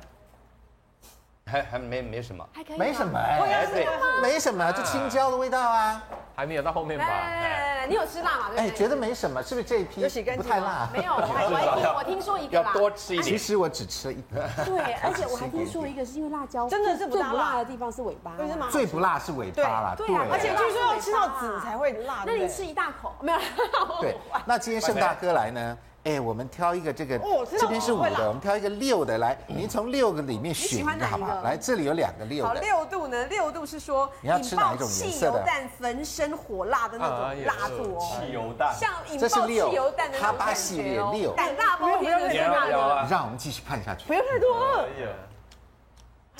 Speaker 3: 还还没没什么，
Speaker 2: 还可以吗，啊
Speaker 1: 没什么哎、
Speaker 3: 哎对，
Speaker 1: 没什
Speaker 3: 啊
Speaker 1: 么，就青椒的味道啊。
Speaker 8: 还没有到后面
Speaker 2: 来。来
Speaker 8: 吧？
Speaker 2: 来来来来，你有吃辣吗？对不对
Speaker 1: 哎，觉得没什么，是不是这一批
Speaker 7: 有洗干
Speaker 1: 不
Speaker 7: 净吗
Speaker 1: 太辣？
Speaker 2: 没有，我 还我还听我听说一个
Speaker 3: 要
Speaker 2: 啦，
Speaker 3: 多吃一
Speaker 1: 其
Speaker 3: 点。
Speaker 1: 实我只吃了一点，
Speaker 2: 对，而且我还听说一个是因为辣椒
Speaker 7: 真的是不
Speaker 2: 最
Speaker 7: 大辣
Speaker 2: 不辣的地方是尾巴，
Speaker 7: 不是？吗？
Speaker 1: 最不辣是尾巴啦，
Speaker 2: 对对啊
Speaker 7: 而且据说要吃到籽才会辣，
Speaker 2: 那
Speaker 7: 对
Speaker 2: 你
Speaker 7: 不对
Speaker 2: 吃一大口没有？
Speaker 1: 对，那今天盛大哥来呢？哎，我们挑一个这个
Speaker 7: 哦我，知道
Speaker 1: 这边是五
Speaker 7: 我会
Speaker 1: 的，
Speaker 7: 啦
Speaker 1: 我们挑一个六的来，您从六个里面选
Speaker 2: 喜
Speaker 1: 一
Speaker 2: 欢
Speaker 1: 个
Speaker 2: 哪一
Speaker 1: 好不好？
Speaker 2: 个
Speaker 1: 来，这里有两个六
Speaker 6: 好，
Speaker 1: 的，
Speaker 6: 六度呢？六度是说
Speaker 1: 你要吃
Speaker 6: 引爆
Speaker 1: 哪一种颜
Speaker 6: 汽
Speaker 1: 色
Speaker 6: 油
Speaker 1: 的
Speaker 6: 弹焚身火辣的那
Speaker 8: 啊
Speaker 6: 种
Speaker 8: 也
Speaker 6: 辣
Speaker 8: 是
Speaker 6: 度哦，
Speaker 5: 汽油蛋，
Speaker 6: 像引
Speaker 1: 这是
Speaker 6: 爆汽
Speaker 1: 六
Speaker 6: 油弹的那
Speaker 1: 哈
Speaker 6: 种
Speaker 1: 巴
Speaker 6: 感
Speaker 1: 系列
Speaker 6: 觉哦
Speaker 1: 六，
Speaker 6: 胆大包天的
Speaker 8: 有
Speaker 6: 那种辣
Speaker 8: 有
Speaker 2: 辣
Speaker 8: 啊，
Speaker 1: 让我们继续看下去
Speaker 7: 不，要太多了。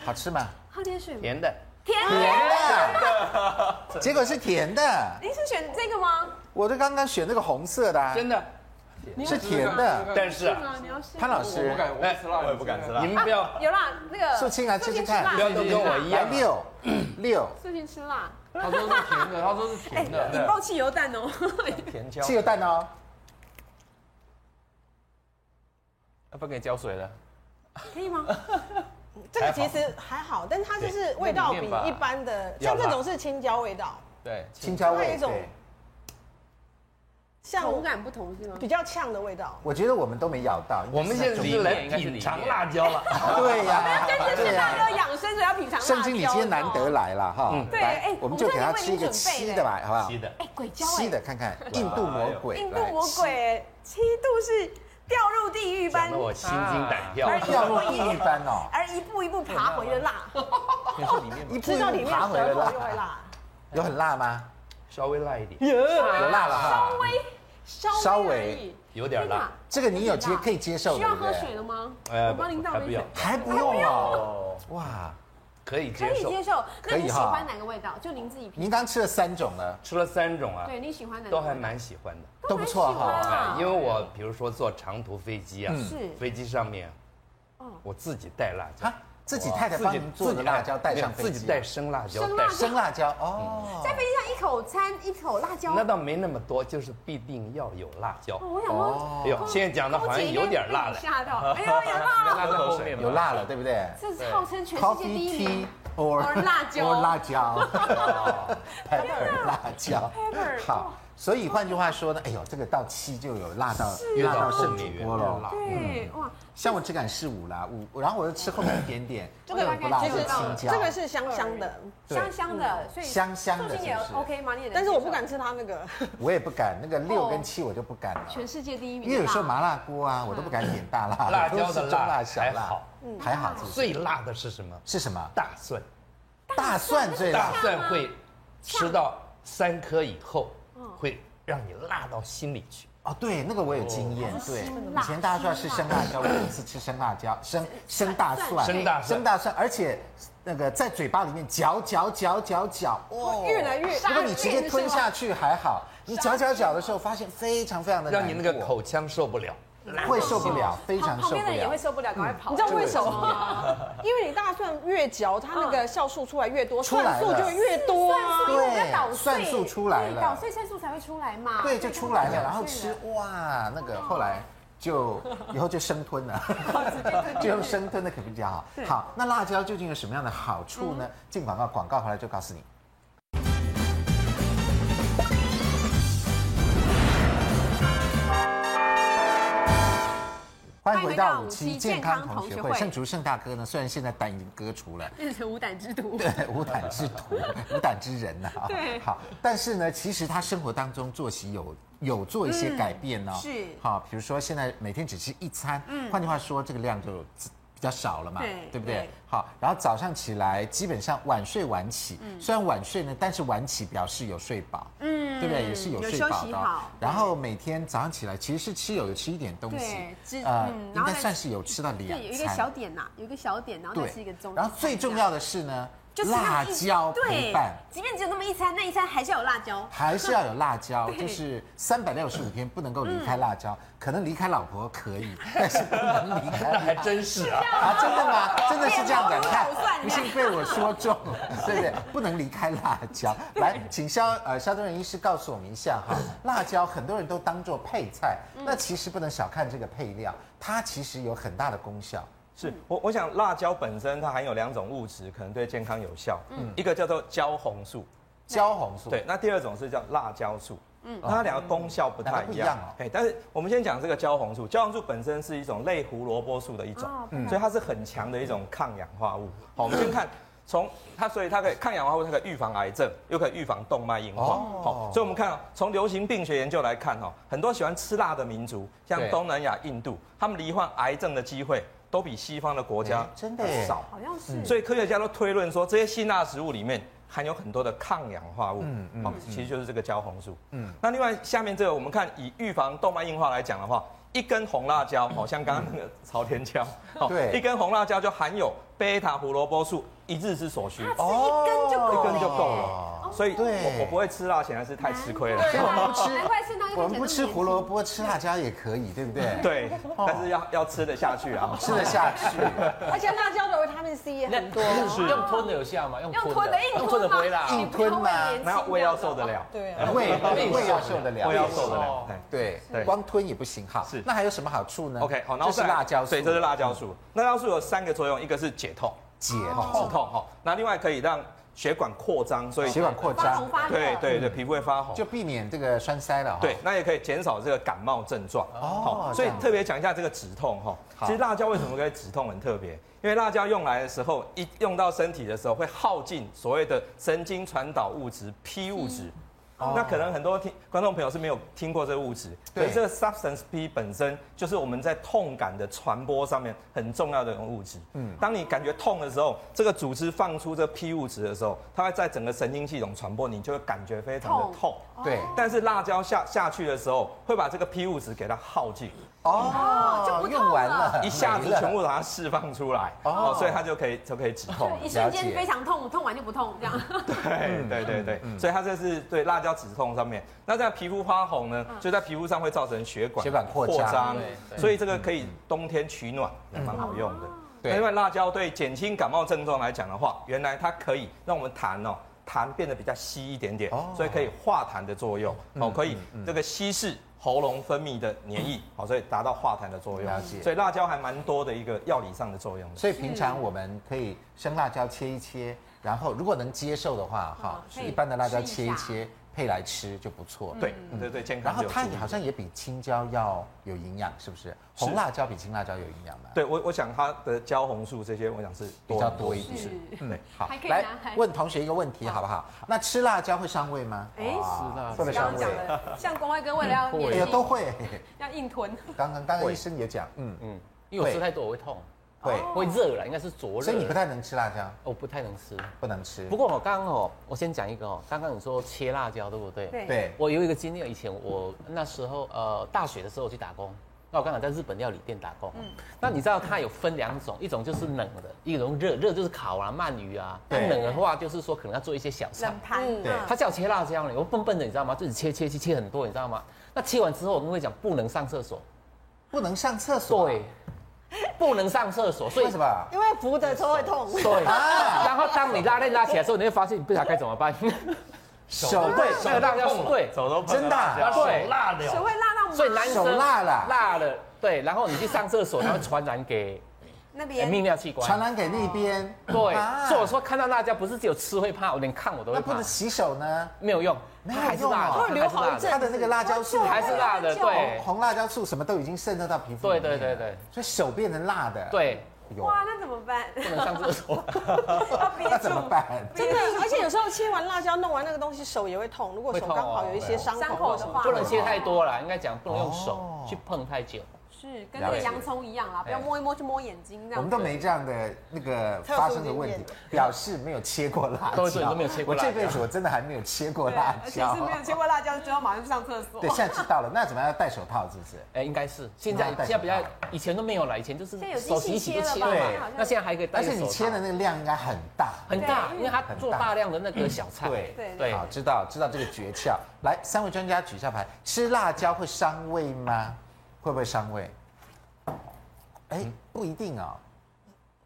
Speaker 1: 好吃吗？
Speaker 2: 喝点水吗？
Speaker 3: 甜的，
Speaker 2: 啊甜
Speaker 1: 甜
Speaker 2: 的，
Speaker 1: 的， 结果是甜的，
Speaker 2: 您是选这个吗？
Speaker 1: 我就刚刚选那个红色的啊，
Speaker 3: 真的。
Speaker 1: 是甜的。
Speaker 3: 但是啊，
Speaker 2: 啊，你要试
Speaker 1: 潘老
Speaker 8: 我
Speaker 1: 师
Speaker 8: 不，哎敢，我不吃辣，
Speaker 5: 我也不敢吃。辣
Speaker 3: 你。们不要
Speaker 2: 有辣那个
Speaker 1: 素清来吃吃
Speaker 2: 素
Speaker 1: 看
Speaker 2: 清吃辣
Speaker 3: 不要都跟我一
Speaker 1: 来
Speaker 3: 样啊。
Speaker 1: 六六，
Speaker 2: 最近吃辣，哎
Speaker 8: 他说是甜的，他说是甜的，
Speaker 2: 引爆汽油弹哦，
Speaker 5: 甜椒
Speaker 1: 汽油蛋哦，
Speaker 9: 不给浇水了。
Speaker 2: 可以 吗？
Speaker 1: 呃
Speaker 7: 这个其实还好，但它就是味道比一般的，像这种是青椒味道，
Speaker 5: 对，
Speaker 1: 青椒
Speaker 7: 另外
Speaker 1: 味。
Speaker 7: 一种
Speaker 1: 对，
Speaker 7: 像
Speaker 2: 口感不同是吗？
Speaker 7: 比较呛的味道。
Speaker 1: 我觉得我们都没咬到。应该
Speaker 3: 我们
Speaker 1: 是
Speaker 3: 现
Speaker 1: 那
Speaker 3: 在
Speaker 1: 种
Speaker 3: 是来品尝辣椒了，
Speaker 1: 对 呀，对呀。
Speaker 2: 要养生，所以要品尝辣椒。
Speaker 1: 圣经，你今天难得来了哈，
Speaker 3: 嗯
Speaker 1: 来
Speaker 2: 对哎
Speaker 1: 我们就给他吃一个
Speaker 2: 我们特地为
Speaker 1: 七
Speaker 2: 您准备的
Speaker 1: 的吧，好不好？
Speaker 3: 吸的。
Speaker 2: 哎，鬼椒
Speaker 1: 七
Speaker 2: 哎，
Speaker 1: 的看看，印度魔鬼，
Speaker 2: 印度
Speaker 1: 来
Speaker 2: 魔 鬼，七度是掉入地狱
Speaker 3: 讲
Speaker 2: 般
Speaker 3: 得，我心惊胆跳。
Speaker 1: 掉入地狱般哦，
Speaker 2: 而一步一步爬回的辣。
Speaker 5: 甜椒里面
Speaker 1: 一步
Speaker 7: 吃到里
Speaker 1: 一步
Speaker 7: 面
Speaker 1: 爬回
Speaker 7: 舌
Speaker 1: 了
Speaker 7: 头就会
Speaker 1: 辣，
Speaker 7: 辣，
Speaker 1: 有很辣吗？
Speaker 2: 啊
Speaker 3: 稍微辣一点，
Speaker 1: 有辣了哈，稍
Speaker 2: 稍
Speaker 1: 微
Speaker 2: 微而已
Speaker 3: 有点辣。
Speaker 1: 这个你有接可以接受，
Speaker 2: 需
Speaker 1: 对
Speaker 2: 要
Speaker 1: 不
Speaker 2: 喝
Speaker 1: 对？
Speaker 2: 水了吗？
Speaker 3: 呃
Speaker 2: 我帮您倒杯
Speaker 3: 还不
Speaker 2: 水
Speaker 3: 要，
Speaker 1: 还不用哦，哇，
Speaker 3: 可以
Speaker 2: 可
Speaker 3: 接
Speaker 2: 以
Speaker 3: 受
Speaker 2: 接。受。那
Speaker 1: 可
Speaker 2: 你
Speaker 1: 以
Speaker 2: 喜
Speaker 1: 哈
Speaker 2: 欢哪个味道？就您自己评。
Speaker 1: 您刚吃了三种了，
Speaker 3: 吃了三种啊，
Speaker 2: 对，你喜欢哪个
Speaker 3: 都
Speaker 2: 味道？
Speaker 3: 还蛮喜欢的。哎
Speaker 1: 都不错
Speaker 2: 蛮喜欢
Speaker 1: 哈，
Speaker 2: 啊
Speaker 3: 因为我比如说坐长途飞机啊，
Speaker 2: 是
Speaker 1: 嗯
Speaker 3: 飞机上面，
Speaker 2: 嗯
Speaker 3: 我自己带辣椒
Speaker 1: 啊，，自己太太帮您做的辣椒带上
Speaker 3: 没
Speaker 1: 飞
Speaker 3: 有
Speaker 1: 机，啊
Speaker 3: 自己带生辣椒，
Speaker 2: 生辣
Speaker 3: 带
Speaker 2: 椒
Speaker 1: 生辣椒哦，
Speaker 2: 在飞机上一口餐一口辣椒。
Speaker 3: 那
Speaker 2: 哦
Speaker 3: 倒没那么多，就是必定要有辣椒。
Speaker 2: 我想说，
Speaker 3: 哎呦，现在讲的好像有点辣
Speaker 2: 了
Speaker 3: 了，。
Speaker 2: 吓 到，哎呦，有辣了！
Speaker 5: 辣在后面
Speaker 1: 有辣了，对不对
Speaker 2: 这是号称全世界第
Speaker 1: ？Coffee
Speaker 2: 一名
Speaker 1: tea。or
Speaker 2: or 辣椒
Speaker 1: or 辣 椒，pepper 辣椒
Speaker 2: Pepper，
Speaker 1: 好。所以换句话说呢，哎呦，这个到七就有辣到
Speaker 3: 越
Speaker 1: 辣到
Speaker 3: 到后
Speaker 1: 圣主
Speaker 3: 面越
Speaker 1: 锅了。
Speaker 3: 辣。
Speaker 2: 对，哇，
Speaker 1: 像我只敢试五啦，五，然后我就吃后面一点点，
Speaker 7: 这个
Speaker 1: 我不辣
Speaker 2: 其
Speaker 1: 就
Speaker 2: 实
Speaker 1: 是青椒，
Speaker 7: 这个是香香的，
Speaker 1: 对
Speaker 2: 香香的，所以
Speaker 1: 嗯香香的
Speaker 2: 素心也
Speaker 1: 是不是
Speaker 2: OK 吗？你也能
Speaker 7: 但是我不
Speaker 2: 接
Speaker 7: 敢吃它那个。
Speaker 1: 我也不敢，那个六跟七我就不敢了
Speaker 2: 受，全世界第一名的
Speaker 1: 因
Speaker 2: 辣。
Speaker 1: 为有时候麻辣锅啊，我都不敢点大辣，
Speaker 3: 辣
Speaker 1: 我都
Speaker 3: 椒
Speaker 1: 是中
Speaker 3: 的辣
Speaker 1: 辣、小
Speaker 3: 还
Speaker 1: 辣
Speaker 3: 好，，
Speaker 1: 还好是不是
Speaker 3: 最辣的是什么？
Speaker 1: 是什么？
Speaker 3: 大蒜，
Speaker 1: 大蒜最辣
Speaker 3: 大，蒜会吃到三颗以后，
Speaker 2: 嗯
Speaker 3: 会让你辣到心里去。
Speaker 1: 哦，对，那个我有经验。对，
Speaker 2: 辣
Speaker 1: 以前大家说要吃生辣椒，我有一次吃生辣椒，生生大蒜，
Speaker 3: 生大蒜
Speaker 1: 生大蒜，而且那个在嘴巴里面嚼嚼嚼嚼嚼，哦，
Speaker 7: 越来越
Speaker 1: 如果你直接吞下去还好，你嚼嚼嚼的时候发现非常非常的
Speaker 3: 让你那个口腔受不了。
Speaker 1: 会受不了，非
Speaker 2: 旁
Speaker 1: 常
Speaker 2: 旁
Speaker 1: 受不
Speaker 2: 边的人也
Speaker 1: 了
Speaker 2: 会。受不了，赶快跑。
Speaker 7: 你知道为什么吗？因为你大蒜越嚼，它那个酵素出来越多，
Speaker 1: 出来
Speaker 7: 蒜
Speaker 1: 了
Speaker 7: 素 就越多啊。
Speaker 2: 因为我们要捣碎，
Speaker 1: 蒜素出来了
Speaker 2: 对捣碎蒜素才会出来嘛。
Speaker 1: 对，就出来了，然后
Speaker 2: 对
Speaker 1: 吃，哇，那个后来就以后就生吞 了， 就用生哦吞的可比较好。好，那辣椒究竟有什么样的好处呢？进广告，广告回来就告诉你。欢迎回到五期健康同学会。
Speaker 2: 欢迎回到五期健康同学会
Speaker 1: 圣竹盛大哥呢，虽然现在胆已经割除了，
Speaker 2: 变成无胆之徒。
Speaker 1: 对， 无胆之徒，无胆之人呐、
Speaker 2: 对
Speaker 1: 好，但是呢，其实他生活当中作息有有做一些改变呢、
Speaker 2: 嗯是
Speaker 1: 好，比如说现在每天只吃一餐，嗯，换句话说，这个量就比较少了嘛，
Speaker 2: 对
Speaker 1: 不对
Speaker 2: 对？
Speaker 1: 好，然后早上起来基本上晚睡晚起，
Speaker 2: 嗯
Speaker 1: 虽然晚睡呢，但是晚起表示有睡饱，嗯，对不对？也是有
Speaker 2: 有
Speaker 1: 睡
Speaker 2: 休
Speaker 1: 饱
Speaker 2: 息
Speaker 1: 的哦
Speaker 2: 好。
Speaker 1: 然后每天早上起来其实是吃有有吃一点东
Speaker 2: 对
Speaker 1: 西啊呃
Speaker 2: 吃，嗯然
Speaker 1: 应
Speaker 2: 后
Speaker 1: 该
Speaker 2: 再
Speaker 1: 算是有吃到两餐，
Speaker 2: 对，有一个小点呐，有一个小点，然后再
Speaker 1: 对
Speaker 2: 吃哦一个中。
Speaker 1: 然后最重要的是呢，
Speaker 2: 就是那
Speaker 1: 辣
Speaker 2: 么一
Speaker 1: 椒 陪伴。
Speaker 2: 对，即便只有那么一餐，那一餐还是要有辣椒。
Speaker 1: 还是要有辣椒，
Speaker 2: 对嗯
Speaker 1: 就是三百六十五天不能够离开辣椒，可能离开老婆可以，但是不能离
Speaker 3: 那
Speaker 1: 开。
Speaker 3: 还真是啊，
Speaker 1: 啊，真的吗？真的是这样的，
Speaker 2: 眼红
Speaker 1: 看
Speaker 2: 手算，
Speaker 1: 不信被我说中了，对不对？不能离开辣 椒。来，请肖呃肖东仁医师告诉我们一下哈，辣椒很多人
Speaker 2: 嗯
Speaker 1: 都当做配菜，那其实不能小看这个配料，它其实有很大的功效。
Speaker 5: 是我我想辣椒本身它含有两种物质，可能对健康有效，嗯，一个叫做焦红素，
Speaker 1: 焦红素，
Speaker 5: 对，，那第二种是叫辣椒素。嗯，那它两个功效不太一样。
Speaker 1: 嗯
Speaker 5: 哎、但是我们先讲这个焦红素，焦红素本身是一种类胡萝卜素的一种，
Speaker 1: 嗯
Speaker 5: 所以它是很强的一种抗氧化物。好，我们先看。从它，所以它可以抗氧化物，它可以预防癌症，又可以预防动脉硬化。
Speaker 1: 哦
Speaker 5: 好、所以我们看哦从、流行病学研究来看哦，很多喜欢吃辣的民族，像
Speaker 1: 对
Speaker 5: 东南亚、印度，他们罹患癌症的机会都比西方的国家
Speaker 1: 哎真的耶
Speaker 5: 少。
Speaker 6: 好像是。
Speaker 1: 嗯
Speaker 5: 所以科学家都推论说，这些辛辣食物里面含有很多的抗氧化物，
Speaker 1: 嗯
Speaker 5: 嗯
Speaker 1: 嗯
Speaker 5: 嗯，哦，其实就是这个焦红素。嗯，那另外下面这个我们看以预防动脉硬化来讲的话，一根红辣椒，好、像刚刚那个朝天 椒，哦
Speaker 1: 对
Speaker 5: 一根红辣椒就含有贝塔胡萝卜素一日之所需。哦
Speaker 1: 哦，一根就
Speaker 5: 一根就够
Speaker 6: 哦
Speaker 5: 了，所以
Speaker 1: 对
Speaker 5: 我我不会吃辣，显然是太吃亏了。
Speaker 1: 所以我们不吃，
Speaker 2: 哦难怪圣诞夜看起来
Speaker 1: 我们不吃
Speaker 2: 那么
Speaker 1: 胡萝卜，吃辣椒也可以，对不对？，
Speaker 5: 对，但是要要吃得下去 啊。
Speaker 1: 吃得下去。
Speaker 7: 而且辣椒的维他命 C 也很多。
Speaker 9: 是用吞的有效吗？用
Speaker 2: 用吞的硬
Speaker 8: 哦
Speaker 9: 用吞
Speaker 2: 吞
Speaker 9: 的不
Speaker 2: 吗
Speaker 9: 会啦。
Speaker 1: 硬吞嘛
Speaker 2: 你不
Speaker 5: 然
Speaker 2: 要
Speaker 5: 后胃
Speaker 2: 为
Speaker 5: 要
Speaker 2: 颜
Speaker 5: 受得了，
Speaker 7: 对啊，
Speaker 1: 胃胃要受得了，
Speaker 5: 胃要受得了。哎
Speaker 1: 对
Speaker 5: 对
Speaker 1: 光吞也不行哈。
Speaker 5: 是
Speaker 1: 那还有什么好处呢
Speaker 5: OK，好，然
Speaker 1: 这
Speaker 5: 后
Speaker 1: 是
Speaker 5: 再来
Speaker 1: 辣椒素，
Speaker 5: 对，这是辣椒素。辣椒素有三个作用，一个是解痛，
Speaker 1: 解
Speaker 5: 止痛哈，那另外可以让血管扩张，所以
Speaker 1: 哦血管扩
Speaker 2: 发
Speaker 1: 张
Speaker 2: 红，发热，
Speaker 5: 对对对，皮肤会发红
Speaker 1: 就。避免这个栓塞了哈。
Speaker 5: 对，那也可以减少这个感冒症状
Speaker 1: 哦
Speaker 5: 哦。所以
Speaker 1: 这样
Speaker 5: 特别讲一下这个止痛哈。
Speaker 1: 好
Speaker 5: 其实辣椒为什么可以止痛很特别？因为辣椒用来的时候，一用到身体的时候，会耗尽所谓的神经传导物质 P 物质。
Speaker 1: 嗯
Speaker 5: 哦那可能很多听观众朋友是没有听过这个物质，
Speaker 1: 对
Speaker 5: 可是这个 substance P 本身就是我们在痛感的传播上面很重要的一种物质。嗯，当你感觉痛的时候，这个组织放出这 P 物质的时候，它会在整个神经系统传播，你就会感觉非常的痛。
Speaker 1: 对
Speaker 5: 但是辣椒下下去的时候，会把这个 P 物质给它耗尽，
Speaker 1: 哦，
Speaker 2: 就不痛
Speaker 1: 用完了，
Speaker 5: 一下子
Speaker 1: 没了
Speaker 5: 全部把它释放出来，
Speaker 1: 哦
Speaker 5: 哦，所以它就可以就可以止痛。
Speaker 2: 一瞬间非常痛，痛完就不痛，这样。
Speaker 1: 嗯
Speaker 5: 对对对对，所以它这是对辣椒止痛上面。那在皮肤发红呢，就在皮肤上会造成血管
Speaker 1: 血管扩张
Speaker 9: 嗯对对
Speaker 5: 所以这个可以冬天取暖，也蛮好用的。
Speaker 1: 嗯对
Speaker 5: 那因为辣椒对减轻感冒症状来讲的话，原来它可以让我们痰哦。痰变得比较稀一点点
Speaker 1: 哦，嗯
Speaker 5: 所以可以化痰的作用，哦，可以这个稀释喉咙分泌的黏液，好，所以达到化痰的作用
Speaker 1: 了解。
Speaker 5: 所以辣椒还蛮多的一个药理上的作用的。
Speaker 1: 所以平常我们可以生辣椒切一切，然后如果能接受的话，哈，
Speaker 2: 嗯可以
Speaker 1: 一般的辣椒
Speaker 2: 吃一
Speaker 1: 切一
Speaker 2: 下
Speaker 1: 切配来吃就不错。
Speaker 5: 对对对，健
Speaker 1: 然
Speaker 5: 康
Speaker 1: 后
Speaker 5: 就有
Speaker 1: 它
Speaker 5: 助
Speaker 1: 也
Speaker 5: 益
Speaker 1: 好像也比青椒要有营养，是不是？红辣椒比青辣椒有营养吗？，
Speaker 5: 对我，我想它的焦红素这些，我想是
Speaker 1: 啊比较多一点。
Speaker 2: 是
Speaker 1: 嗯，好
Speaker 2: 还可，以
Speaker 1: 来
Speaker 2: 拿还
Speaker 1: 问同学一个问题好不好？那吃辣椒会伤胃吗？
Speaker 2: 哎
Speaker 1: 哇
Speaker 3: 吃
Speaker 1: 会不
Speaker 3: 辣椒
Speaker 2: 刚
Speaker 1: 会伤
Speaker 2: 刚
Speaker 1: 胃
Speaker 2: 讲？的，像光辉哥为了要
Speaker 1: 哎
Speaker 2: 免
Speaker 1: 呀，
Speaker 2: 疫，
Speaker 1: 都会。
Speaker 2: 要硬吞，
Speaker 1: 刚刚刚刚医生也讲，嗯，
Speaker 9: 因为我吃太多我会痛，
Speaker 1: 会，
Speaker 2: 哦
Speaker 9: 会热了，应该是灼热。哦
Speaker 1: 所以你不太能吃辣椒，
Speaker 9: 我不太能吃。
Speaker 1: 不能吃
Speaker 9: 不。过我刚刚哦，我先讲一个哦，刚刚你说切辣椒对不对？
Speaker 2: 对
Speaker 1: 对，
Speaker 9: 我有一个经历，以前我那时候呃大学的时候去打工，那我刚好在日本料理店打工。啊那你知道它有分两种，一种就是冷的，一种热，热就是烤啊、鳗鱼啊。
Speaker 1: 对
Speaker 9: 那冷的话就是说可能要做一些小菜
Speaker 2: 冷。盘，
Speaker 7: 嗯
Speaker 1: 对
Speaker 9: 他叫我切辣椒呢，我笨笨的，你知道吗？自己切切切切很多，你知道吗？那切完之后，我跟会讲不能上厕所，
Speaker 1: 不能上厕所。
Speaker 9: 对，，不能上厕 所，所以
Speaker 1: 为什么？啊
Speaker 7: 因为扶的时候会痛。
Speaker 9: 对，然后当你拉链拉起来的时候，你会发现你不晓得该怎么办。
Speaker 1: 手
Speaker 9: 对，那个辣椒是对，
Speaker 5: 手都
Speaker 1: 真的啊
Speaker 9: 对，
Speaker 3: 辣的
Speaker 2: 水会辣到
Speaker 9: 所以男
Speaker 1: 手
Speaker 9: 生
Speaker 1: 辣了
Speaker 9: 辣了，对，然后你去上厕所，然后传染给
Speaker 2: 那
Speaker 9: 呃
Speaker 2: 边
Speaker 9: 泌尿器官，
Speaker 1: 传染给那边。
Speaker 9: 对，
Speaker 1: 啊
Speaker 9: 所以我说看到辣椒不是只有吃会怕，我连看我都
Speaker 1: 那
Speaker 9: 会
Speaker 1: 不
Speaker 9: 怕
Speaker 1: 能，洗手呢？
Speaker 9: 没有用，
Speaker 1: 没有
Speaker 9: 它还是辣
Speaker 1: 用哦
Speaker 9: 的，它还是
Speaker 1: 它
Speaker 9: 辣的，
Speaker 1: 的那个辣椒素
Speaker 9: 还是辣的，对
Speaker 1: 哦红辣椒素什么都已经渗透到皮肤里面了。
Speaker 9: 对对对对
Speaker 1: 所以手变成辣的。，
Speaker 9: 对，
Speaker 1: 有
Speaker 2: 哇，那怎么办？
Speaker 9: 不能上厕所，
Speaker 2: 要 憋
Speaker 1: 那
Speaker 2: 住
Speaker 1: 怎么办？
Speaker 7: 真的，而且有时候切完辣椒弄完那个东西，手也会痛。如果手
Speaker 9: 会痛哦
Speaker 7: 刚好有一些伤
Speaker 2: 伤
Speaker 7: 口
Speaker 2: 口
Speaker 7: 或
Speaker 2: 的
Speaker 7: 什么
Speaker 2: 话，
Speaker 9: 不能切太多了，应该讲不能用
Speaker 1: 哦
Speaker 9: 手去碰太久，
Speaker 2: 是跟那个洋葱一样啦，不要摸一摸去摸眼睛这样
Speaker 1: 我们。都没这样的那个发生的问
Speaker 7: 特殊经
Speaker 1: 题
Speaker 7: 验，
Speaker 1: 表示没有切过辣椒。
Speaker 9: 都是你都没有切过辣椒
Speaker 1: 我这辈子我真的还没有切过
Speaker 2: 对，
Speaker 1: 辣
Speaker 2: 而且
Speaker 1: 椒
Speaker 2: 是。没有切过辣椒之后马上去上厕所
Speaker 1: 对，。现在知道了，那怎么样要戴手套？是不是？
Speaker 9: 哎，应该是现在现在比较，以前都没有了，以前就是
Speaker 2: 在有机器
Speaker 9: 手洗一洗就切
Speaker 2: 切了吧
Speaker 1: 对
Speaker 9: 嘛，那现在还可以戴
Speaker 1: 而
Speaker 9: 着
Speaker 1: 且
Speaker 9: 手套，
Speaker 1: 你切的那个量应该很大。
Speaker 9: 很大，
Speaker 2: 对
Speaker 9: 因为它做
Speaker 1: 很大
Speaker 9: 大量的那个小菜，
Speaker 1: 对
Speaker 2: 对
Speaker 9: 对
Speaker 1: 好，，知道知道这个诀窍。来，三位专家举一下牌，吃辣椒会伤胃吗？会不会伤胃？
Speaker 9: 嗯
Speaker 1: 哎，不一定哦。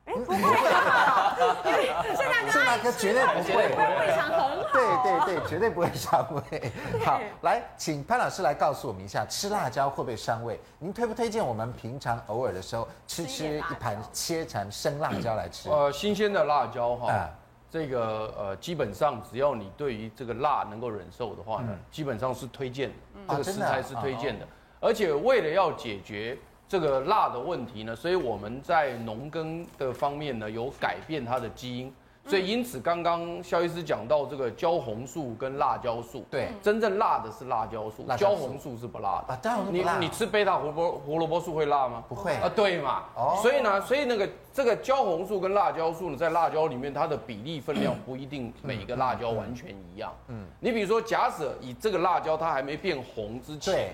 Speaker 2: 现在
Speaker 1: 圣
Speaker 2: 跟
Speaker 1: 诞大哥绝对不会。
Speaker 2: 胃肠很好。
Speaker 1: 对对对，绝对不会伤 胃。好，来，请潘老师来告诉我们一下，吃辣椒会不会伤胃？您推不推荐我们平常偶尔的时候吃
Speaker 2: 吃一
Speaker 1: 吃
Speaker 2: 点
Speaker 1: 一
Speaker 2: 辣椒
Speaker 1: 盘切成生辣椒来吃？
Speaker 8: 呃，新鲜的辣椒哈、
Speaker 1: 啊
Speaker 8: 这个呃，基本上只要你对于这个辣能够忍受的话呢，基本上是推荐的，
Speaker 1: 嗯
Speaker 8: 这
Speaker 1: 哦
Speaker 8: 个
Speaker 1: 真
Speaker 8: 食
Speaker 1: 的啊
Speaker 8: 材是推荐的。而且为了要解决这个辣的问题呢，所以我们在农耕的方面呢有改变它的基因。
Speaker 1: 嗯
Speaker 8: 所以，因此刚刚肖医师讲到这个焦红素跟辣椒素，
Speaker 1: 对
Speaker 8: 真正辣的是辣椒素，
Speaker 1: 辣椒
Speaker 8: 焦
Speaker 1: 素
Speaker 8: 红素是不辣的
Speaker 1: 啊当然不
Speaker 8: 你
Speaker 1: 辣
Speaker 8: 你吃贝塔胡萝卜胡萝卜素会辣吗？
Speaker 1: 不会
Speaker 8: 啊，对嘛。
Speaker 1: 哦
Speaker 8: 所以呢，所以那个这个焦红素跟辣椒素呢，在辣椒里面它的比例分量不一定每个辣椒完全一样。嗯，你比如说，假设以这个辣椒它还没变红之前，
Speaker 1: 对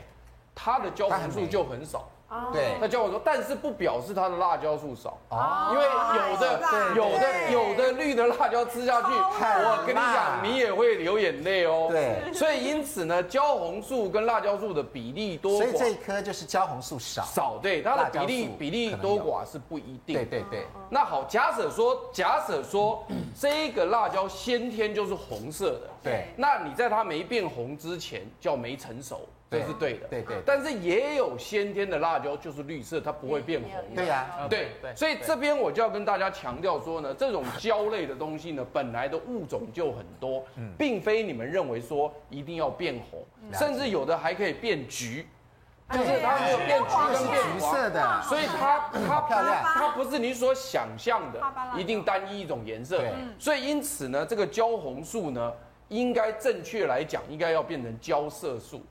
Speaker 8: 它的焦红
Speaker 1: 它还
Speaker 8: 素
Speaker 1: 没
Speaker 8: 就很少。
Speaker 1: 对
Speaker 8: 它焦红素，但是不表示它的辣椒素少。
Speaker 1: 哦，
Speaker 8: 因为有的
Speaker 1: 对
Speaker 8: 有的
Speaker 1: 对
Speaker 8: 有的绿的辣椒吃下去，我跟你
Speaker 1: 辣
Speaker 8: 讲，你也会流眼泪哦。
Speaker 1: 对，
Speaker 8: 所以因此呢，焦红素跟辣椒素的比例多
Speaker 1: 所以这
Speaker 8: 寡
Speaker 1: 一颗就是焦红素少。
Speaker 8: 少，对它的比
Speaker 1: 辣椒
Speaker 8: 例
Speaker 1: 素
Speaker 8: 比例
Speaker 1: 可能
Speaker 8: 多
Speaker 1: 有
Speaker 8: 寡是不一定
Speaker 1: 对
Speaker 8: 的。
Speaker 1: 对对，
Speaker 8: 那好，假设说，假设说这个辣椒先天就是红色的，
Speaker 1: 嗯对
Speaker 8: 那你在它没变红之前叫没成熟，这
Speaker 1: 对
Speaker 8: 是对的，
Speaker 1: 对对对
Speaker 8: 但是也有先天的辣椒就是绿色，它不会变红的。
Speaker 1: 对呀、
Speaker 8: 对
Speaker 9: 啊对
Speaker 8: 所以这边我就要跟大家强调说呢，这种胶类的东西呢，本来的物种就很多，
Speaker 1: 嗯
Speaker 8: 并非你们认为说一定要变红，甚至有的还可以变橘，就是它没有变橘
Speaker 1: 这
Speaker 8: 跟
Speaker 1: 是
Speaker 8: 变
Speaker 1: 橘
Speaker 8: 黄。
Speaker 1: 色的，
Speaker 8: 哦所以它它
Speaker 1: 哦嗯漂
Speaker 8: 不
Speaker 1: 亮
Speaker 8: 它不是你所想象的
Speaker 2: 巴巴拉
Speaker 8: 一定单一一种颜色嗯
Speaker 1: 对。
Speaker 8: 所以因此呢，这个焦红素呢，应该正确来讲，应该要变成焦色素。嗯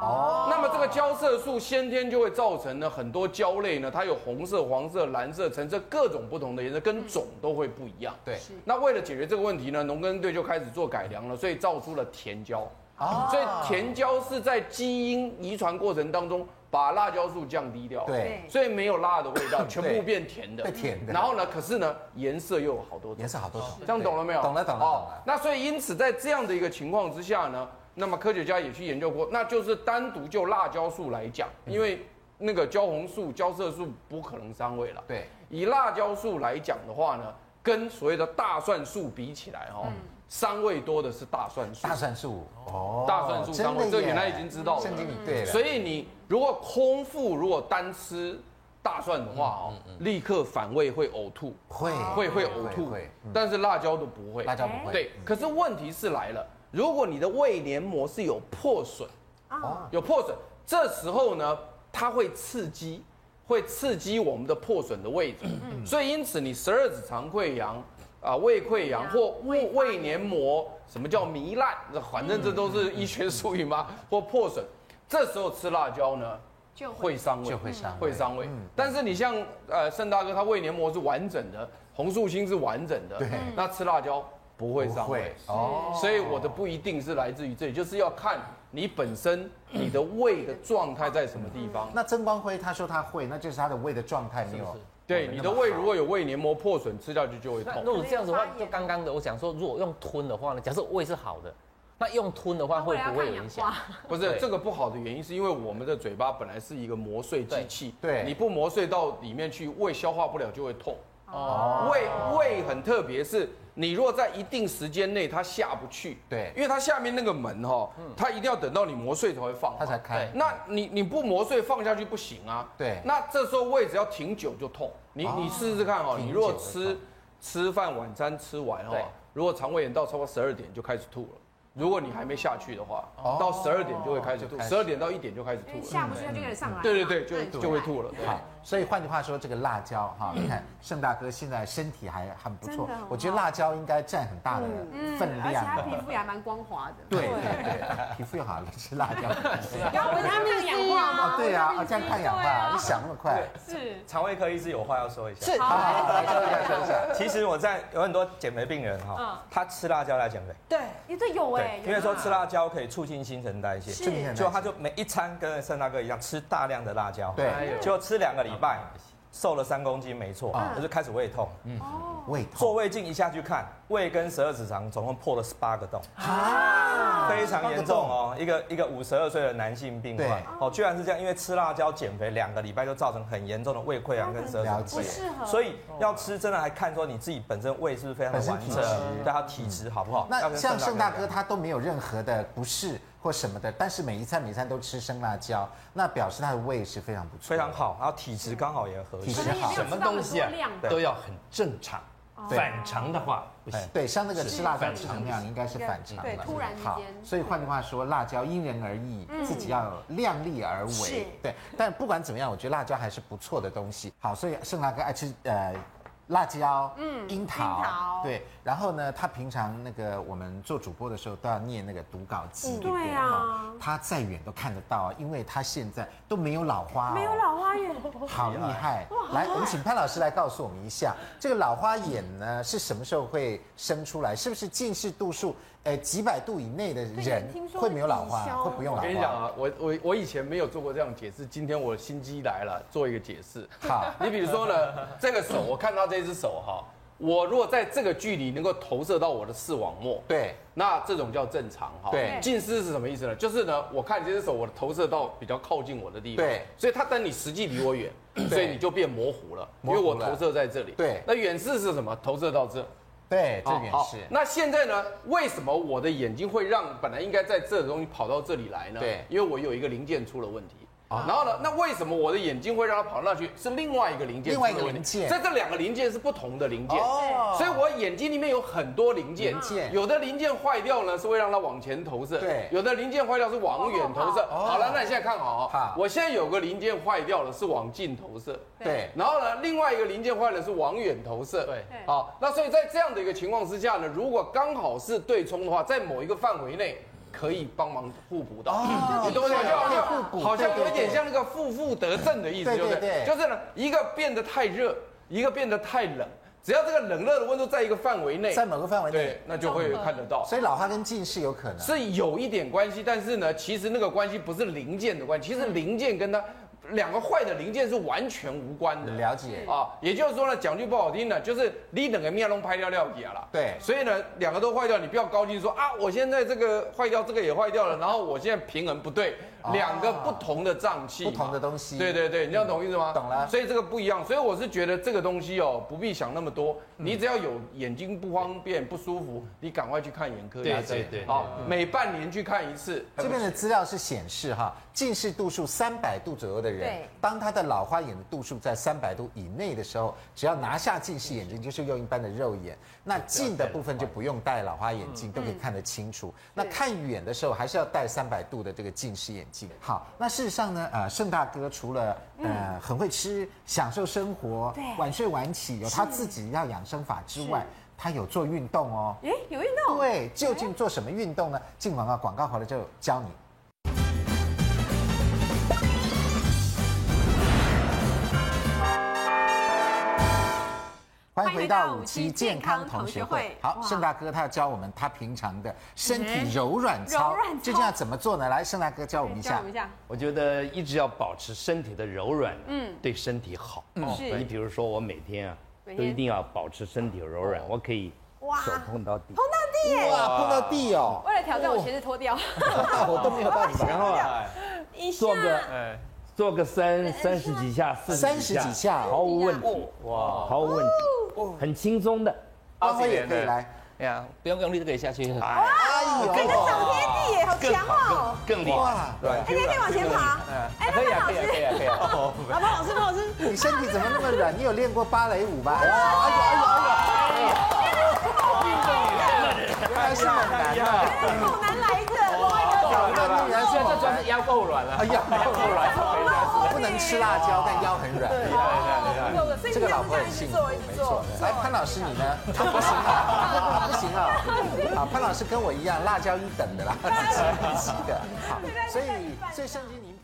Speaker 1: 哦，
Speaker 8: 那么这个焦色素先天就会造成呢很多焦类呢，它有红色、黄色、蓝色、橙色各种不同的颜色，跟种都会不一样。
Speaker 1: 嗯对，
Speaker 8: 那为了解决这个问题呢，农耕队就开始做改良了，所以造出了甜椒。
Speaker 1: 哦
Speaker 8: 所以甜椒是在基因遗传过程当中把辣椒素降低掉。
Speaker 1: 对，
Speaker 8: 所以没有辣的味 道，全部变甜的，
Speaker 1: 变甜的
Speaker 8: 然后呢，可是呢，颜色又有好多种
Speaker 1: 颜，色好多种，
Speaker 8: 这样懂了没有？
Speaker 1: 懂了懂了懂
Speaker 8: 哦
Speaker 1: 了。
Speaker 8: 那所以因此在这样的一个情况之下呢，那么科学家也去研究过，那就是单独就辣椒素来讲，因
Speaker 1: 嗯
Speaker 8: 为那个焦红素、焦色素不可能伤胃了。
Speaker 1: 对，
Speaker 8: 以辣椒素来讲的话呢，跟所谓的大蒜素比起来哈、哦，伤胃多的是大蒜素。
Speaker 1: 嗯大蒜素哦，
Speaker 8: 大蒜素
Speaker 1: 真的
Speaker 8: 当然这
Speaker 1: 耶
Speaker 8: 原来已经知道了
Speaker 1: 圣经里对了，
Speaker 8: 所以你如果空腹，如果单吃大蒜的话哦，立刻反胃会呕吐，
Speaker 1: 嗯会
Speaker 8: 会会呕吐
Speaker 1: 会，嗯，
Speaker 8: 但是辣椒都不会。
Speaker 1: 辣椒不会，
Speaker 8: 对，可是问题是来了，如果你的胃黏膜是有破损，
Speaker 1: 哦，
Speaker 8: 有破损，这时候呢，它会刺激，会刺激我们的破损的位置，所以因此你十二指肠溃疡。啊，胃溃疡或胃胃黏膜，什么叫糜烂？那反正这都是医学术语嘛，或破损。这时候吃辣椒呢，
Speaker 2: 就会
Speaker 8: 会伤胃，
Speaker 1: 就会伤嗯
Speaker 8: 会伤胃。但是你像呃盛大哥，他胃黏膜是完整的，红素心是完整的，
Speaker 1: 对
Speaker 8: 那吃辣椒不会伤胃。
Speaker 1: 哦，
Speaker 8: 所以我的不一定是来自于这里，就是要看你本身你的胃的状态在什么地方。
Speaker 1: 那曾光辉他说他会，那就是他的胃的状态没有，
Speaker 8: 对，你的胃如果有胃黏膜破损，吃下去就会
Speaker 9: 那
Speaker 8: 痛
Speaker 9: 如。果这样子的话
Speaker 2: 发，炎
Speaker 9: 就刚刚的我讲说，如果用吞的话呢，假设胃是好的，那用吞的话会不会有影响？
Speaker 8: 不是
Speaker 9: 对
Speaker 8: 这个不好的原因，是因为我们的嘴巴本来是一个磨碎机器，
Speaker 1: 对对
Speaker 8: 你不磨碎到里面去，胃消化不了就会痛。
Speaker 1: 哦，
Speaker 8: 胃胃很特别，是你若在一定时间内它下不去，
Speaker 1: 对
Speaker 8: 因为它下面那个门哈、
Speaker 1: 嗯
Speaker 8: 它一定要等到你磨碎才会放嘛，
Speaker 1: 他才开
Speaker 9: 对，
Speaker 8: 那你你不磨碎放下去不行啊。
Speaker 1: 对
Speaker 8: 那这时候胃只要停久就痛。你、你试试看哦，
Speaker 1: 停
Speaker 8: 你如果
Speaker 1: 久就
Speaker 8: 吃
Speaker 1: 痛
Speaker 8: 吃饭晚餐吃完哦
Speaker 9: 对，
Speaker 8: 如果肠胃炎到超过十二点就开始吐了。如果你还没下去的话，到十二点就会开始
Speaker 1: 哦就
Speaker 8: 吐，
Speaker 1: 开始
Speaker 8: 十二点到一点就开始
Speaker 2: 因为
Speaker 8: 吐了。
Speaker 2: 下不去，它就开始上来了。
Speaker 8: 对对对，
Speaker 2: 对
Speaker 8: 就就会吐了。对
Speaker 1: 好，所以换句话说，这个辣椒 哈，你看盛大哥现在身体还很不
Speaker 2: 真
Speaker 1: 错
Speaker 2: 的很好，
Speaker 1: 我觉得辣椒应该占很大的
Speaker 2: 嗯
Speaker 1: 分
Speaker 2: 而且它
Speaker 1: 量。
Speaker 2: 皮肤也还蛮光滑的。
Speaker 1: 对对对，皮肤又好了，吃辣 椒。
Speaker 2: 然后维他命 C 啊，
Speaker 1: 哦，对呀，哦这样抗氧
Speaker 2: 对啊
Speaker 1: 化，你想那么快。
Speaker 2: 是
Speaker 5: 肠胃科医师有话要说一下。
Speaker 7: 是
Speaker 1: 好好好，说一下，说一下。
Speaker 5: 其实我在有很多减肥病人
Speaker 1: 哦
Speaker 5: 哈，他吃辣椒来减肥，
Speaker 7: 对，
Speaker 2: 也对有哎，
Speaker 5: 因为
Speaker 1: 啊
Speaker 5: 说吃辣椒可以促进新陈代谢，
Speaker 1: 这个很难
Speaker 5: 就他就每一餐跟盛大哥一样吃大量的辣椒，
Speaker 1: 对哦
Speaker 8: 哎呦
Speaker 5: 就吃两个礼拜，瘦了三公斤，没错，
Speaker 1: 嗯
Speaker 5: 我就开始胃痛，
Speaker 1: 胃
Speaker 5: 做
Speaker 1: 痛，
Speaker 5: 胃镜一下去看，胃跟十二指肠总共破了十八个洞，
Speaker 1: 啊
Speaker 5: 非常严重哦。一个一个五十二岁的男性病患
Speaker 1: 对，
Speaker 5: 哦，居然是这样，因为吃辣椒减肥两个礼拜就造成很严重的胃溃疡跟十二指肠
Speaker 1: 哦了
Speaker 5: 溃
Speaker 1: 解
Speaker 5: 疡，所以要吃真的还看说你自己本身胃是不是非常的
Speaker 1: 本身
Speaker 5: 完
Speaker 1: 体
Speaker 5: 整
Speaker 1: 质，
Speaker 5: 对他体质好不好？
Speaker 1: 嗯
Speaker 5: 要
Speaker 1: 那
Speaker 5: 跟
Speaker 1: 像盛大
Speaker 5: 一
Speaker 1: 哥
Speaker 5: 样
Speaker 1: 他都没有任何的不适或什么的，但是每一餐每一餐都吃生辣椒，那表示他的胃是非常不错，
Speaker 5: 非常。好，然后体质刚好也合
Speaker 1: 体
Speaker 5: 适
Speaker 1: 质。
Speaker 2: 可能也没有
Speaker 3: 什
Speaker 2: 吃
Speaker 3: 么
Speaker 2: 到
Speaker 3: 东
Speaker 2: 很
Speaker 3: 西
Speaker 2: 多
Speaker 3: 啊哦
Speaker 2: 量吧。
Speaker 3: 都要很正常，
Speaker 1: 对
Speaker 3: 反常的话不行。
Speaker 1: 哎对，像那个吃辣椒
Speaker 3: 反
Speaker 1: 常
Speaker 3: 常
Speaker 1: 那样，应该是反常了。
Speaker 2: 对突然之间嗯
Speaker 1: 好，所以换句话说，辣椒因人而异，自己要量力而
Speaker 2: 是
Speaker 1: 为。对，但不管怎么样，我觉得辣椒还是不错的东西。好，所以盛大哥爱吃呃辣椒，嗯，樱桃，
Speaker 2: 樱桃
Speaker 1: 对。然后呢，他平常那个我们做主播的时候都要念那个读稿机，不
Speaker 2: 对啊
Speaker 1: 哈他再远都看得到啊，因为他现在都没有老花，哦没有老。
Speaker 2: 老花眼，
Speaker 1: 好厉害！来，我们请潘老师来告诉我们一下，这个老花眼呢是什么时候会生出来？是不是近视度数呃几百度以内的人
Speaker 2: 对听说
Speaker 1: 会没有老花
Speaker 2: 抵消，
Speaker 1: 会不用
Speaker 8: 我
Speaker 1: 老
Speaker 8: 跟你讲
Speaker 1: 花？
Speaker 8: 啊，我我我以前没有做过这样的解释，今天我心机来了，做一个解释。
Speaker 1: 好，
Speaker 8: 你比如说呢，这个手，我看到这只手哈，我如果在这个距离能够投射到我的视网膜，
Speaker 1: 对，
Speaker 8: 那这种叫正常哈。
Speaker 1: 对
Speaker 8: 近视是什么意思呢？就是呢，我看这只手，我投射到比较靠近我的地方，
Speaker 1: 对
Speaker 8: 所以它等你实际离我远，所以你就变模糊了，因
Speaker 1: 模
Speaker 8: 为
Speaker 1: 糊
Speaker 8: 我
Speaker 1: 了
Speaker 8: 投射在这里。
Speaker 1: 对
Speaker 8: 那远视是什么？投射到这。
Speaker 1: 对，这远
Speaker 8: 哦好好
Speaker 1: 视，
Speaker 8: 那现在呢？为什么我的眼睛会让本来应该在这的东西跑到这里来呢？
Speaker 1: 对啊
Speaker 8: 因为我有一个零件出了问题。然后呢？那为什么我的眼睛会让它跑到那去？是另外一个零件
Speaker 1: 另
Speaker 8: 出了
Speaker 1: 外一个
Speaker 8: 问题，
Speaker 1: 零件
Speaker 8: 所以这两个零件是不同的零件。
Speaker 1: 哦
Speaker 8: 所以我眼睛里面有很多零件，
Speaker 1: 零件
Speaker 8: 有的零件坏掉呢，是会让它往前投射；
Speaker 1: 对
Speaker 8: 有的零件坏掉是往远投射。
Speaker 1: 哦
Speaker 8: 好了，那你现在看好
Speaker 1: 好
Speaker 8: 哦，我现在有个零件坏掉了，是往近投射。
Speaker 1: 对，
Speaker 8: 然后呢，另外一个零件坏了是往远投射。
Speaker 3: 对
Speaker 2: 对
Speaker 8: 好，那所以在这样的一个情况之下呢，如果刚好是对冲的话，在某一个范围内。可以帮忙互补到，
Speaker 1: 哦
Speaker 8: 你懂我意思
Speaker 1: 对
Speaker 8: 就好像
Speaker 1: 可以互补
Speaker 8: 好像
Speaker 1: 对对
Speaker 8: 有一点
Speaker 1: 对
Speaker 8: 像那个负负得正的意思，
Speaker 1: 对
Speaker 8: 不
Speaker 1: 对对
Speaker 8: 就是呢，一个变得太热，一个变得太冷，只要这个冷热的温度在一个范围内，
Speaker 1: 在某个范围内
Speaker 8: 对，，那就会看得到。
Speaker 1: 所以老花跟近视有可能。
Speaker 8: 是有一点关系，但是呢，其实那个关系不是零件的关系，其实零件跟它两个坏的零件是完全无关的。
Speaker 1: 了解，
Speaker 8: 啊，也就是说呢，讲句不好听的，就是你两个面都拍掉掉底了。
Speaker 1: 对
Speaker 8: 所以呢，两个都坏掉，你不要高兴说啊，我现在这个坏掉，这个也坏掉了，然后我现在平衡不对，两个啊不同的脏器嘛，
Speaker 1: 不同的东西
Speaker 8: 对对对，你这样懂意思吗？
Speaker 1: 懂了
Speaker 8: 所以这个不一样，所以我是觉得这个东西哦，不必想那么多，你只要有眼睛不方便、不舒服，你赶快去看眼科医生。
Speaker 3: 对对对
Speaker 8: 好，每半年去看一次。
Speaker 1: 这边的资料是显示哈，近视度数三百度左右的人
Speaker 2: 对，
Speaker 1: 当他的老花眼的度数在三百度以内的时候，只要拿下近视眼镜，就是用一般的肉眼。那近的部分就不用戴老花眼镜，都可以看得清楚。那看远的时候，还是要戴三百度的这个近视眼镜。好，那事实上呢，呃，盛大哥除了呃很会吃、享受生活、晚睡晚起，有他自己要养生法之外，他有做运动哦。
Speaker 2: 哎，有运动。
Speaker 1: 对，究竟做什么运动呢？进广告，广告回来就教你。欢迎回到五期健康同学会。好，
Speaker 2: 哇
Speaker 1: 盛大哥他要教我们他平常的身体柔软操，
Speaker 2: 柔软操
Speaker 1: 究竟要怎么做呢？来，盛大哥教我们一
Speaker 2: 教
Speaker 1: 下
Speaker 2: 我们。一下，
Speaker 3: 我觉得一直要保持身体的柔软，
Speaker 2: 嗯
Speaker 3: 嗯，对身体好。哦
Speaker 2: 是
Speaker 3: 你比如说我每天哦啊，
Speaker 2: 每天
Speaker 3: 都一定要保持身体柔软，我可以手碰到地，
Speaker 1: 哇，碰到地哦，
Speaker 2: 为了挑战，我鞋子脱掉，
Speaker 1: 我都没有办法。
Speaker 5: 然后啊，
Speaker 2: 一下
Speaker 3: 做个做个三啊哎三十几下、哦四
Speaker 1: 三十几下
Speaker 3: 毫无问题，哇，毫无问题，很轻松的。
Speaker 1: 光辉也可以来。
Speaker 9: 哎呀，不用用力就可以下去。
Speaker 1: 哎呦，
Speaker 7: 好贴地耶，好强哦！
Speaker 3: 更厉害，
Speaker 1: 哇，
Speaker 5: 对，
Speaker 7: 哎，你还可以往前爬。
Speaker 2: 哎，那潘老师，
Speaker 9: 可以啊，可以啊。
Speaker 7: 老潘老师，潘老师，
Speaker 1: 你身体怎么那么软？你有练过芭蕾舞吧？哎呦哎呦哎呦哎呦！原来是猛男啊！
Speaker 2: 好难哎来的，
Speaker 1: 搞到你原来是猛男。
Speaker 9: 腰够软了。
Speaker 1: 哎呀，腰够软，不能吃辣椒，但腰很软。
Speaker 2: 所以
Speaker 1: 这
Speaker 2: 你
Speaker 1: 个
Speaker 2: 这
Speaker 1: 老
Speaker 2: 样子
Speaker 1: 婆
Speaker 2: 下
Speaker 1: 很
Speaker 2: 一直
Speaker 1: 幸福
Speaker 2: 做，一，直
Speaker 1: 没
Speaker 2: 做
Speaker 1: 错。。来，潘老师你呢？他不行啊，不行啊！ 啊，潘老师跟我一样，辣椒一等的啦，自己的。好，所以所以圣经里面。